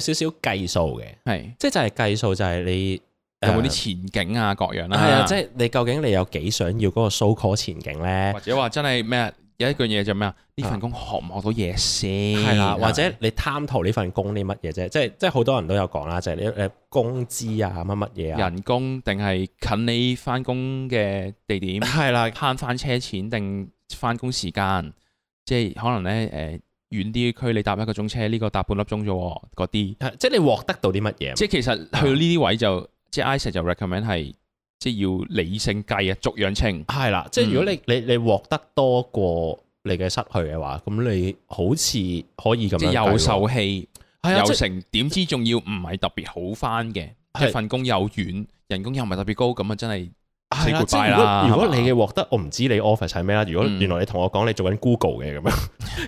[SPEAKER 1] 少少計數嘅，
[SPEAKER 2] 係
[SPEAKER 1] 即係就係計數就係你
[SPEAKER 2] 有冇啲前景啊各樣啦、
[SPEAKER 1] 係啊，即係你究竟你有幾想要嗰個 so call 前景咧？
[SPEAKER 2] 或者話真係咩啊有一樣嘢就咩啊？呢份工學唔學到嘢先？
[SPEAKER 1] 係啦，或者你貪圖呢份工啲乜嘢啫？即係即係好多人都有講啦，就係你誒工資啊乜乜嘢啊，
[SPEAKER 2] 人工定係近你翻工嘅地
[SPEAKER 1] (laughs)
[SPEAKER 2] 點，
[SPEAKER 1] 係啦，
[SPEAKER 2] 慳翻車錢定翻工時間？即係可能咧誒、呃、遠啲嘅區你搭一個鐘車，呢、個搭半粒鐘啫喎，嗰啲。
[SPEAKER 1] 係即係你獲得到啲乜嘢？
[SPEAKER 2] 即係其實去到呢啲位就，即係 Isaac 就 recommend 係即係要理性計啊，逐樣清。
[SPEAKER 1] 係啦，即係如果你你你獲得多過你嘅失去嘅話，咁你好似可以咁樣
[SPEAKER 2] 即係
[SPEAKER 1] 計
[SPEAKER 2] 又
[SPEAKER 1] 喎
[SPEAKER 2] 受氣
[SPEAKER 1] 係啊，
[SPEAKER 2] 又
[SPEAKER 1] 即係
[SPEAKER 2] 成，點知仲要唔係特別好翻嘅，
[SPEAKER 1] 係
[SPEAKER 2] 即係份工又遠，人工又唔係特別高，咁啊真係
[SPEAKER 1] 係
[SPEAKER 2] say
[SPEAKER 1] 啦，即
[SPEAKER 2] goodbye
[SPEAKER 1] 係如果
[SPEAKER 2] 啦。
[SPEAKER 1] 如果
[SPEAKER 2] 係嘛
[SPEAKER 1] 你嘅獲得，我唔知你 office 係咩啦。如果
[SPEAKER 2] 嗯
[SPEAKER 1] 原來你同我講你做緊 Google 嘅咁樣，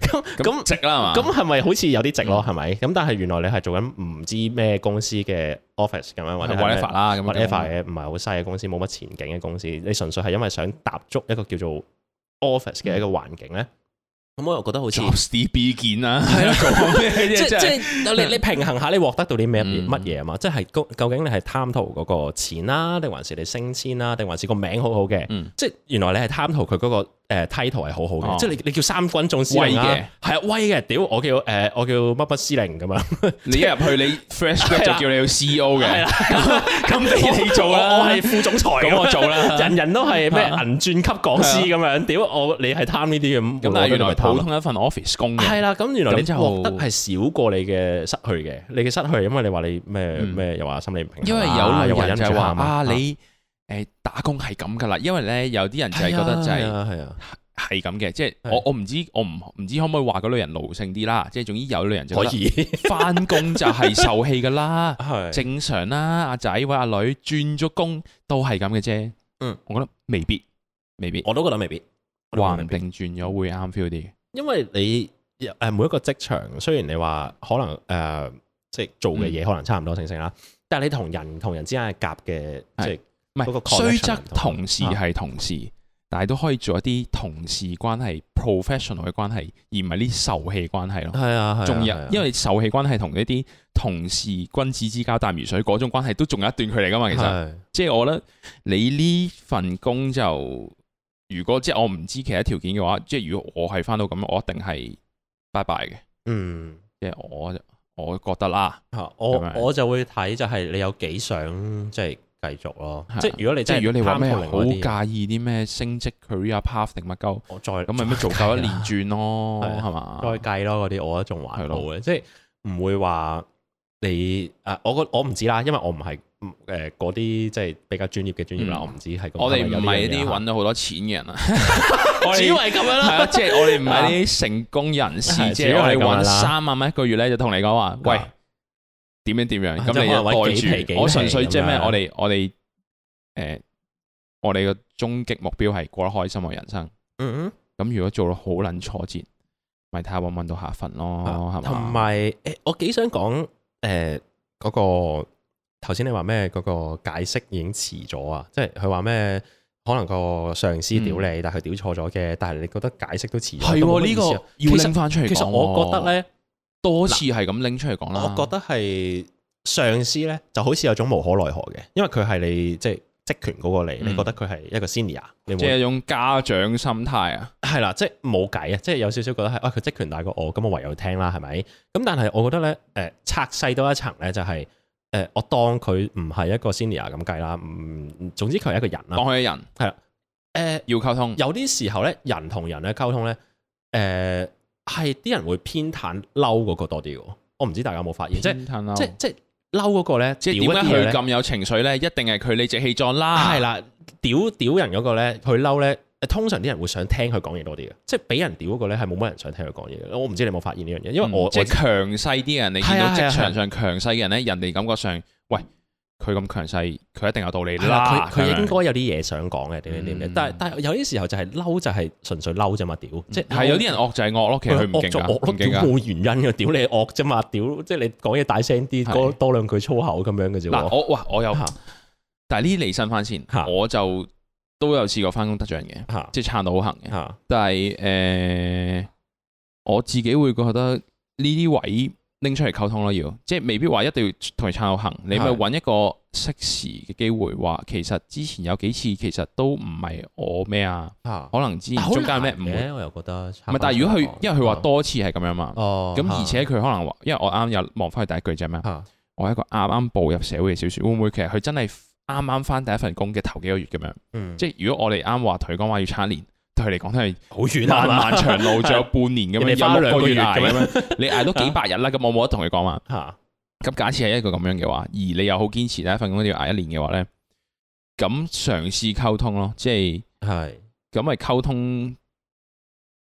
[SPEAKER 1] (laughs) 咁咁啊嗯
[SPEAKER 2] 咁值啦係嘛，
[SPEAKER 1] 咁係咪好似有啲值咯？係咪？咁但係原來你係做緊唔知咩公司嘅 office 咁樣，或者係咩
[SPEAKER 2] whatever 啦咁樣
[SPEAKER 1] whatever 嘅唔係好細嘅公司，冇乜前景嘅公司，你純粹係因為想踏足一個叫做 office 嘅一個環境咧，嗯咁我又覺得好似。
[SPEAKER 2] Jobs DB 見啦，係啦，講咩 (laughs)
[SPEAKER 1] 即
[SPEAKER 2] 啫？
[SPEAKER 1] 即
[SPEAKER 2] 真啊係
[SPEAKER 1] 係你你平衡下你獲得到啲咩
[SPEAKER 2] 嗯
[SPEAKER 1] 乜嘢啊嘛？即係究究竟你係貪圖嗰個錢啦，定還是你升遷啦，定還是個名好好嘅？
[SPEAKER 2] 嗯
[SPEAKER 1] 即係原來你係貪圖佢嗰個誒 title 係好好嘅，
[SPEAKER 2] 哦
[SPEAKER 1] 即係你你叫三軍總司令啦
[SPEAKER 2] 威嘅
[SPEAKER 1] 係啊威嘅，屌我叫誒、呃我叫乜乜司令咁啊樣，
[SPEAKER 2] 你一入去你 fresh
[SPEAKER 1] 係啦
[SPEAKER 2] grad 就叫你去 CEO
[SPEAKER 1] 係
[SPEAKER 2] 嘅，
[SPEAKER 1] 啦
[SPEAKER 2] 咁俾 (laughs) 你做
[SPEAKER 1] 我我
[SPEAKER 2] 啦
[SPEAKER 1] 係，副總裁
[SPEAKER 2] 咁
[SPEAKER 1] 咁
[SPEAKER 2] 我啊做啦。 (laughs)
[SPEAKER 1] 人人都係咩
[SPEAKER 2] 啊
[SPEAKER 1] 銀鑽級講師咁樣，屌我你係貪呢啲咁，
[SPEAKER 2] 咁但係原來
[SPEAKER 1] 我
[SPEAKER 2] 普
[SPEAKER 1] 覺得你咪貪啦
[SPEAKER 2] 通一份 office 工嘅，
[SPEAKER 1] 係啦，咁原來你
[SPEAKER 2] 咁就
[SPEAKER 1] 獲得係少過你嘅失去嘅，你嘅失去，因為你話你咩
[SPEAKER 2] 嗯
[SPEAKER 1] 咩又話心理唔平衡啊，
[SPEAKER 2] 因為有類人就係
[SPEAKER 1] 係
[SPEAKER 2] 話啊，你誒打工係咁噶啦，因為咧有啲人就係覺得就
[SPEAKER 1] 係
[SPEAKER 2] 係
[SPEAKER 1] 啊係啊，
[SPEAKER 2] 係咁嘅，即係
[SPEAKER 1] 係
[SPEAKER 2] 我我唔知我唔唔知可唔可以話嗰類人奴性啲啦，即係總之有類人就
[SPEAKER 1] 可
[SPEAKER 2] 覺得
[SPEAKER 1] 以
[SPEAKER 2] 翻工就係受氣
[SPEAKER 1] (laughs)
[SPEAKER 2] 噶啦，
[SPEAKER 1] 係
[SPEAKER 2] 正常啦，阿仔或阿女轉咗工都係咁嘅啫。
[SPEAKER 1] 嗯，
[SPEAKER 2] 我覺得未必，未必，
[SPEAKER 1] 我都覺得未必，我都覺得
[SPEAKER 2] 話
[SPEAKER 1] 未
[SPEAKER 2] 唔
[SPEAKER 1] 必
[SPEAKER 2] 定轉咗會啱 feel 啲嘅。
[SPEAKER 1] 因為你誒每一個職場，雖然你話可能誒、呃即係做嘅嘢可能差唔多性性啦，但係你同人同人之間嘅夾嘅，
[SPEAKER 2] 係
[SPEAKER 1] 即係
[SPEAKER 2] 唔
[SPEAKER 1] 嗰個
[SPEAKER 2] 係，
[SPEAKER 1] connection
[SPEAKER 2] 雖則同事
[SPEAKER 1] 啊
[SPEAKER 2] 係同事，但係都可以做一啲同事關係 professional 嘅關係，而唔係呢受氣關係咯。
[SPEAKER 1] 係啊，
[SPEAKER 2] 仲有，因為受氣關係同呢啲同事君子之交淡如水嗰種關係都仲有一段距離噶嘛。其實，
[SPEAKER 1] 實
[SPEAKER 2] 即係我覺得你呢份工就，如果即係我唔知其他條件嘅話，即係如果我係翻到咁，我一定係拜拜嘅。
[SPEAKER 1] 嗯
[SPEAKER 2] 即係我我覺得啦，
[SPEAKER 1] 嚇我
[SPEAKER 2] 咁樣
[SPEAKER 1] 我就會睇就係你有幾想即係繼續咯，
[SPEAKER 2] 係啊
[SPEAKER 1] 即係如果你
[SPEAKER 2] 即係
[SPEAKER 1] 真係
[SPEAKER 2] 如果你話咩
[SPEAKER 1] 貪圖
[SPEAKER 2] 好
[SPEAKER 1] 另外啲嘢
[SPEAKER 2] 介意啲咩升職 career path 定乜鳩，
[SPEAKER 1] 我再
[SPEAKER 2] 咁咪咩做夠一年轉咯，
[SPEAKER 1] 係啊
[SPEAKER 2] 係嘛？
[SPEAKER 1] 再計咯，嗰啲我覺得仲還好
[SPEAKER 2] 係
[SPEAKER 1] 嘅，即係唔會話你誒，我個我唔知啦，因為我唔係嗯誒嗰啲即係比較專業嘅專業啦，
[SPEAKER 2] 嗯
[SPEAKER 1] 我唔知係咁
[SPEAKER 2] 我哋
[SPEAKER 1] 係咪有嗯
[SPEAKER 2] 唔
[SPEAKER 1] 呢樣
[SPEAKER 2] 係
[SPEAKER 1] 嘢
[SPEAKER 2] 啲
[SPEAKER 1] 啦
[SPEAKER 2] 揾到好多錢嘅人啊，
[SPEAKER 1] 我
[SPEAKER 2] (laughs) 我
[SPEAKER 1] 哋
[SPEAKER 2] 哋
[SPEAKER 1] 以為咁樣
[SPEAKER 2] 係
[SPEAKER 1] 啦，
[SPEAKER 2] 啊，即係我哋唔係啲成功人士
[SPEAKER 1] 係，
[SPEAKER 2] 即
[SPEAKER 1] 主
[SPEAKER 2] 係
[SPEAKER 1] 要
[SPEAKER 2] 我哋
[SPEAKER 1] 係咁樣啦
[SPEAKER 2] 揾三萬蚊一個月咧，就同你講話，喂，點樣點樣，
[SPEAKER 1] 啊
[SPEAKER 2] 咁
[SPEAKER 1] 即係可能揾
[SPEAKER 2] 你
[SPEAKER 1] 幾
[SPEAKER 2] 就
[SPEAKER 1] 皮
[SPEAKER 2] 袋
[SPEAKER 1] 幾
[SPEAKER 2] 住。我純粹
[SPEAKER 1] 皮
[SPEAKER 2] 即係咩？
[SPEAKER 1] 咁樣
[SPEAKER 2] 我哋我哋誒，我哋嘅終極目標係過得開心嘅人生。
[SPEAKER 1] 嗯，
[SPEAKER 2] 咁如果做到好撚挫折，咪睇下揾唔揾到下一份咯，哦係嘛？
[SPEAKER 1] 啊同埋誒，我幾想講誒嗰個頭先你話咩嗰個解釋已經遲咗啊，即係佢話咩可能個上司屌你，但係佢屌錯咗嘅，但係你覺得解釋都遲咗，
[SPEAKER 2] 嗯係
[SPEAKER 1] 都冇
[SPEAKER 2] 喎，
[SPEAKER 1] 乜意
[SPEAKER 2] 呢個
[SPEAKER 1] 思啊
[SPEAKER 2] 要
[SPEAKER 1] 其實
[SPEAKER 2] 拎翻出嚟講喎。
[SPEAKER 1] 其
[SPEAKER 2] 啊
[SPEAKER 1] 實我覺得咧。
[SPEAKER 2] 多次係咁拎出嚟講啦。
[SPEAKER 1] 我覺得係上司咧，就好似有種無可奈何嘅，因為佢係你即係職權嗰個你，
[SPEAKER 2] 嗯
[SPEAKER 1] 你覺得佢係一個 senior，你
[SPEAKER 2] 即係
[SPEAKER 1] 會
[SPEAKER 2] 一種家長心態啊。
[SPEAKER 1] 係啦，即係冇計啊，即係有少少覺得係啊，佢職權大過我，咁我唯有聽啦，係咪？咁但係我覺得咧，誒、拆細多一層咧，就係、誒、我當佢唔係一個 senior 咁計啦，嗯，總之佢係一個人啦
[SPEAKER 2] 當，佢人
[SPEAKER 1] 誒、
[SPEAKER 2] 要溝通，
[SPEAKER 1] 有啲時候咧，人同人咧溝通咧，誒係啲人會偏袒嬲嗰個多啲嘅，我唔知大家有冇發現，即係
[SPEAKER 2] 偏袒啦
[SPEAKER 1] 即係即係嬲嗰個咧，
[SPEAKER 2] 嗯即係
[SPEAKER 1] 屌一
[SPEAKER 2] 點
[SPEAKER 1] 啲嘢
[SPEAKER 2] 解佢
[SPEAKER 1] 呢
[SPEAKER 2] 咁有情緒咧？一定係佢理直氣壯啦。
[SPEAKER 1] 啊係，啦，屌屌人嗰個咧，佢嬲咧，通常啲人會想聽佢講嘢多啲嘅，即係俾人屌嗰個咧，係冇乜人想聽佢講嘢嘅。我唔知你有冇發現呢樣嘢，因為我、我
[SPEAKER 2] 嗯即係強勢啲人，你見
[SPEAKER 1] 係
[SPEAKER 2] 到
[SPEAKER 1] 啊係啊
[SPEAKER 2] 職場上強勢嘅人咧，人哋感覺上，喂，佢咁強勢，佢一定有道理
[SPEAKER 1] 係啦
[SPEAKER 2] 啦。
[SPEAKER 1] 佢佢
[SPEAKER 2] 咁
[SPEAKER 1] 應
[SPEAKER 2] 樣
[SPEAKER 1] 該有啲嘢想講嘅，點點點
[SPEAKER 2] 嗯
[SPEAKER 1] 點，但係但係有啲時候就係嬲，就係純粹嬲啫嘛，屌，即
[SPEAKER 2] 係有啲人惡就係惡咯，其實佢唔
[SPEAKER 1] 惡
[SPEAKER 2] 勁
[SPEAKER 1] 就
[SPEAKER 2] 噶，
[SPEAKER 1] 惡咯，
[SPEAKER 2] 唔
[SPEAKER 1] 屌
[SPEAKER 2] 勁噶。
[SPEAKER 1] 冇原因嘅，屌你惡啫嘛，屌即係你講嘢大聲啲，
[SPEAKER 2] 係
[SPEAKER 1] 多多兩句粗口咁樣嘅啫
[SPEAKER 2] 嗱，
[SPEAKER 1] 喎。
[SPEAKER 2] 我哇，我有
[SPEAKER 1] 嚇，
[SPEAKER 2] 但係呢啲離身翻先
[SPEAKER 1] 嚇，
[SPEAKER 2] 我就都有試過翻工得獎嘅，
[SPEAKER 1] 嚇
[SPEAKER 2] 即係撐到好行嘅。
[SPEAKER 1] 嚇
[SPEAKER 2] 但係誒、呃我自己會覺得呢啲位拎出嚟溝通咯，要即係未必話一定要同佢撐到行，你咪
[SPEAKER 1] 係
[SPEAKER 2] 揾一個適時嘅機會話，其實之前有幾次其實都唔係我咩啊，
[SPEAKER 1] 啊，
[SPEAKER 2] 可能之
[SPEAKER 1] 但
[SPEAKER 2] 前
[SPEAKER 1] 好
[SPEAKER 2] 中間咩
[SPEAKER 1] 難
[SPEAKER 2] 唔會，
[SPEAKER 1] 嘅我又覺得
[SPEAKER 2] 唔
[SPEAKER 1] 唔
[SPEAKER 2] 係但係如果佢因為佢話多次係咁樣嘛，
[SPEAKER 1] 哦，
[SPEAKER 2] 咁而且佢可能話，因為我啱又望翻佢第一句啫咩，
[SPEAKER 1] 嚇
[SPEAKER 2] 我係一個啱啱步入社會嘅小説，會唔會其實佢真係啱啱翻第一份工嘅頭幾個月咁樣？
[SPEAKER 1] 嗯
[SPEAKER 2] 即係如果我哋啱話同佢講話要差一年，對佢嚟講都係。
[SPEAKER 1] 好遠啊
[SPEAKER 2] 漫
[SPEAKER 1] 嘛
[SPEAKER 2] 漫長路，仲有半年咁
[SPEAKER 1] (laughs) 人哋花
[SPEAKER 2] 樣，有六
[SPEAKER 1] 兩
[SPEAKER 2] 個
[SPEAKER 1] 個
[SPEAKER 2] 月
[SPEAKER 1] 月
[SPEAKER 2] 捱咁
[SPEAKER 1] 咁啊
[SPEAKER 2] 樣， (laughs) 你捱到幾百日啦，咁我冇得同佢講嘛。
[SPEAKER 1] 嚇
[SPEAKER 2] 咁假設係一個咁樣嘅話，而你又好堅持第一份工都要捱一年嘅話咧，咁嘗試溝通咯，即
[SPEAKER 1] 係
[SPEAKER 2] 係咁咪溝通。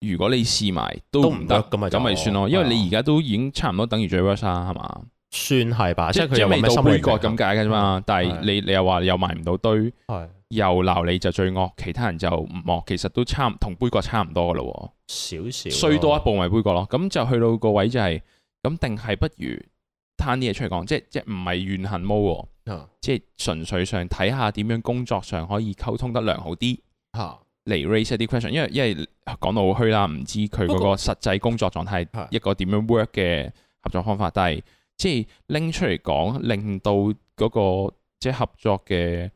[SPEAKER 2] 如果你試埋都
[SPEAKER 1] 都
[SPEAKER 2] 唔
[SPEAKER 1] 唔
[SPEAKER 2] 得，
[SPEAKER 1] 得
[SPEAKER 2] 咁
[SPEAKER 1] 咁
[SPEAKER 2] 咪
[SPEAKER 1] 咪
[SPEAKER 2] 咁咪
[SPEAKER 1] 就
[SPEAKER 2] 算咯，因為
[SPEAKER 1] 係啊
[SPEAKER 2] 你而家都已經差唔多等於最 worst 啦，係嘛？
[SPEAKER 1] 算係吧，
[SPEAKER 2] 即
[SPEAKER 1] 啊即係佢
[SPEAKER 2] 係即係
[SPEAKER 1] 又
[SPEAKER 2] 未
[SPEAKER 1] 咩
[SPEAKER 2] 到
[SPEAKER 1] 心
[SPEAKER 2] 杯
[SPEAKER 1] 理啊
[SPEAKER 2] 葛咁解嘅啫嘛。但係
[SPEAKER 1] 嗯係
[SPEAKER 2] 你你又話又埋唔到堆，
[SPEAKER 1] 係
[SPEAKER 2] 又鬧你就最惡，其他人就唔惡，其實都差唔同杯葛差唔多噶咯喎。
[SPEAKER 1] 少少咯
[SPEAKER 2] 衰多一步咪杯葛咯。咁就去到個位就係、咁定係不如攤啲嘢出嚟講，即係即係唔係怨恨毛喎，
[SPEAKER 1] 啊
[SPEAKER 2] 即係純粹上睇下點樣工作上可以溝通得良好啲
[SPEAKER 1] 嚇
[SPEAKER 2] 嚟 raise 一啲 question，因為因為講到好虛啦，唔知佢嗰
[SPEAKER 1] 不
[SPEAKER 2] 個
[SPEAKER 1] 過
[SPEAKER 2] 實際工作狀態
[SPEAKER 1] 係
[SPEAKER 2] 一個點樣 work 嘅合作方法，但係即係拎出嚟講，令到嗰、個即係合作嘅。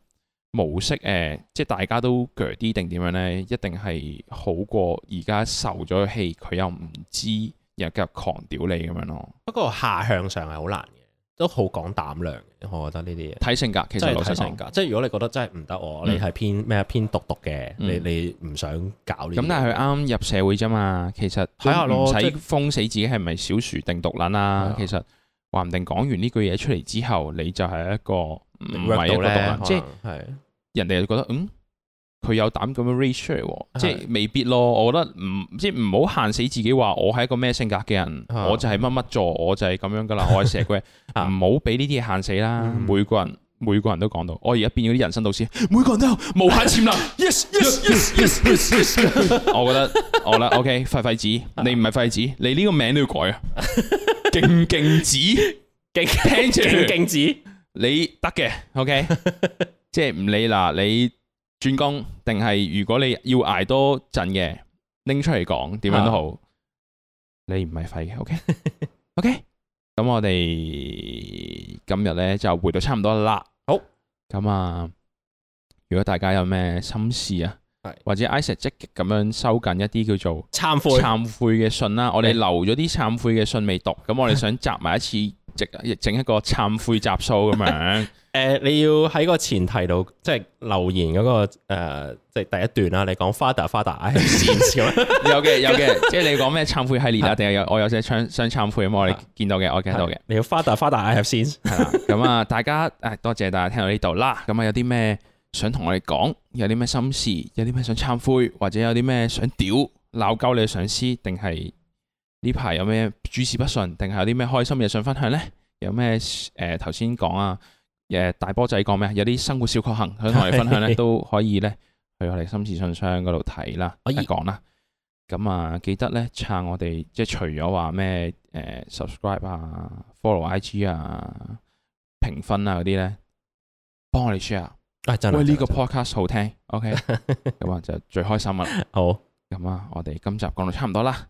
[SPEAKER 2] 模式誒、呃即係大家都鋸啲定點樣呢？一定係好過而家受咗氣，佢又唔知，又繼續狂屌你咁樣咯。
[SPEAKER 1] 不過下向上係好難嘅，都好講膽量嘅，我覺得呢啲嘢。
[SPEAKER 2] 睇性格，其
[SPEAKER 1] 真
[SPEAKER 2] 實
[SPEAKER 1] 係
[SPEAKER 2] 老實
[SPEAKER 1] 睇
[SPEAKER 2] 講
[SPEAKER 1] 性。格，即係如果你覺得真係唔得我，你係偏咩啊偏獨獨嘅，
[SPEAKER 2] 嗯
[SPEAKER 1] 你你唔想搞呢啲嘢？
[SPEAKER 2] 咁但係佢啱入社會啫嘛，其實
[SPEAKER 1] 睇下
[SPEAKER 2] 都唔
[SPEAKER 1] 咯即
[SPEAKER 2] 使
[SPEAKER 1] 係
[SPEAKER 2] 封死自己係咪小薯定毒撚
[SPEAKER 1] 係
[SPEAKER 2] 啦
[SPEAKER 1] 啊。
[SPEAKER 2] 其實話唔定講完呢句嘢出嚟之後，你就係一個唔
[SPEAKER 1] 你 work
[SPEAKER 2] 係一
[SPEAKER 1] 到
[SPEAKER 2] 個啊
[SPEAKER 1] 咧
[SPEAKER 2] 毒撚，，即係
[SPEAKER 1] 係
[SPEAKER 2] 人哋就覺得嗯，佢有膽咁樣 reach 出嚟喎，
[SPEAKER 1] 係
[SPEAKER 2] 即係未必咯。我覺得唔即係唔好限死自己話我係一個咩性格嘅人，
[SPEAKER 1] 啊
[SPEAKER 2] 我就係乜乜座，我就係咁樣噶
[SPEAKER 1] (laughs)
[SPEAKER 2] 啦，我係蛇龜，
[SPEAKER 1] 啊
[SPEAKER 2] 唔好俾呢啲嘢限死啦。
[SPEAKER 1] 嗯
[SPEAKER 2] 每個人每個人都講到，哦我而家變咗啲人生導師，每個人都有無限潛能。yes yes yes yes
[SPEAKER 1] (laughs)
[SPEAKER 2] yes yes。我覺得我啦，OK，廢廢子，
[SPEAKER 1] 啊
[SPEAKER 2] 你唔係廢子，你呢個名都
[SPEAKER 1] (laughs)
[SPEAKER 2] 要改啊，勁勁子，勁聽住
[SPEAKER 1] 勁勁子
[SPEAKER 2] 你得嘅，OK，即
[SPEAKER 1] (laughs)
[SPEAKER 2] 係唔理嗱，你轉工定係如果你要捱多陣嘅，拎出嚟講點樣都
[SPEAKER 1] 啊
[SPEAKER 2] 好，你唔係廢嘅，OK，OK，、咁我哋今日咧就回到差唔多啦，
[SPEAKER 1] 好，
[SPEAKER 2] 咁啊，如果大家有咩心事啊
[SPEAKER 1] 係，
[SPEAKER 2] 或者 Isaac 積極咁樣收緊一啲叫做
[SPEAKER 1] 懺悔
[SPEAKER 2] 懺悔嘅信啦，我哋留咗啲懺悔嘅信未讀，咁我哋想集埋一次，即整一個懺悔集數咁樣，
[SPEAKER 1] 誒，你要喺個前提度，即係留言嗰個誒，即係第一段啦。你講 father father (laughs) I have sins 咁樣，
[SPEAKER 2] 有嘅有嘅，即係你講咩懺悔系列啊，定係有我有隻想想懺悔咁，我哋見到嘅，我見到嘅，
[SPEAKER 1] 你要 father father I have sins
[SPEAKER 2] 係啦，咁啊，大家誒多謝大家聽到呢度啦，咁啊有啲咩想同我哋講，有啲咩心事，有啲咩想懺悔，或者有啲咩想屌鬧鳩你嘅上司，定係呢排有咩諸事不順，定係有啲咩開心嘢想分享呢？有咩誒頭先講啊，誒、大波仔講咩？有啲生活小確幸想同我哋分享咧，
[SPEAKER 1] 係
[SPEAKER 2] 都可以咧去我哋心事信箱嗰度睇啦，
[SPEAKER 1] 哦可以
[SPEAKER 2] 講啦。咁啊，記得咧撐我哋，即係除咗話咩誒 subscribe 啊、follow IG 啊、評分啊嗰啲咧，幫我哋 share。
[SPEAKER 1] 啊！真係
[SPEAKER 2] 喂，呢個
[SPEAKER 1] 真係
[SPEAKER 2] podcast 好聽，OK，咁
[SPEAKER 1] (laughs)
[SPEAKER 2] 啊就最開心啦。
[SPEAKER 1] 好
[SPEAKER 2] 咁啊，我哋今集講到差唔多啦。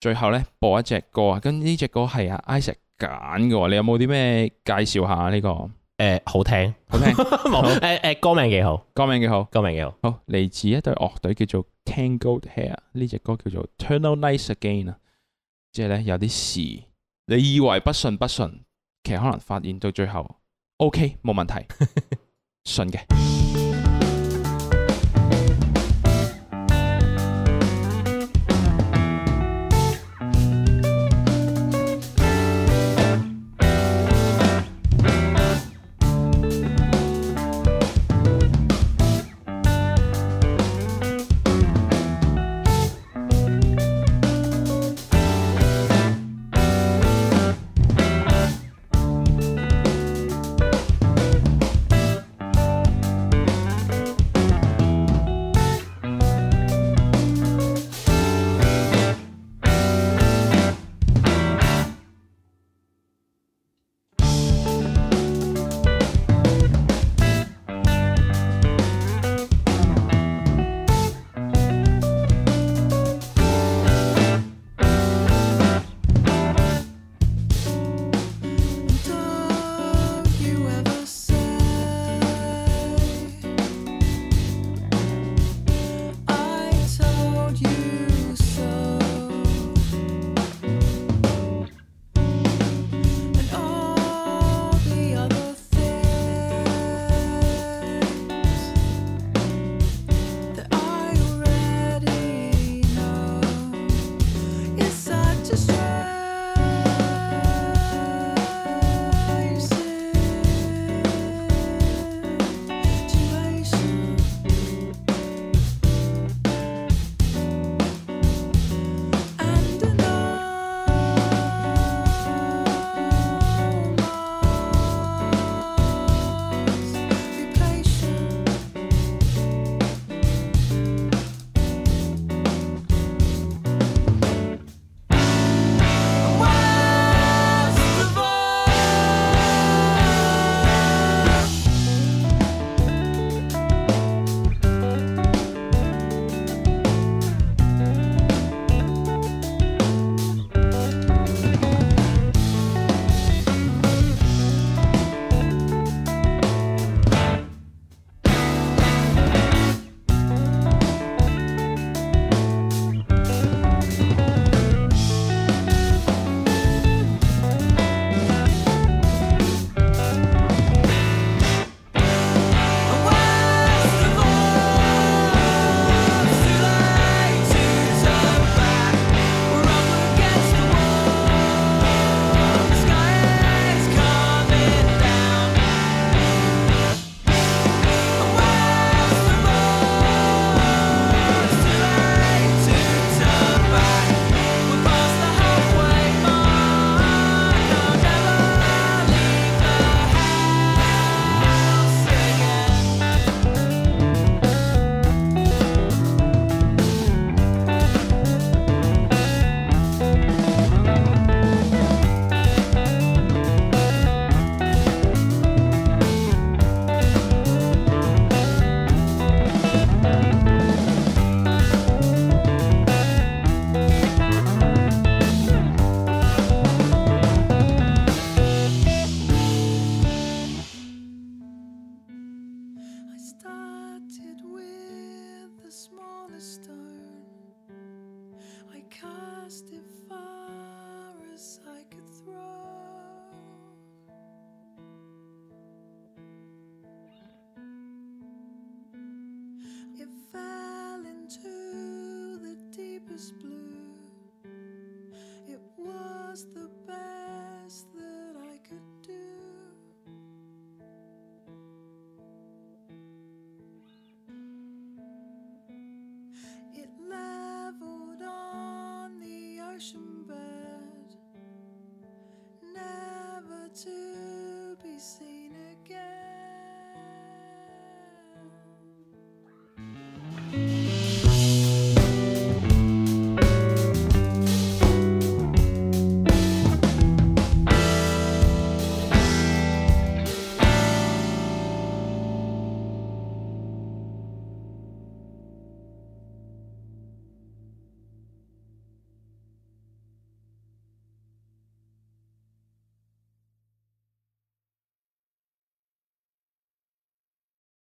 [SPEAKER 2] 最後咧播一隻歌啊，跟呢只歌係阿 Isaac 揀嘅喎，你有冇啲咩介紹下呢、個？好
[SPEAKER 1] 誒，好聽
[SPEAKER 2] 聽，
[SPEAKER 1] (laughs) 冇誒誒，歌名幾好，
[SPEAKER 2] 歌名幾好，
[SPEAKER 1] 歌名幾好。
[SPEAKER 2] 好嚟自一隊樂隊叫做 Tangled Hair，呢只歌叫做 Turn On Nice Again 啊，即係咧有啲事你以為不順不順，其實可能發現到最後 OK 冇問題，順嘅。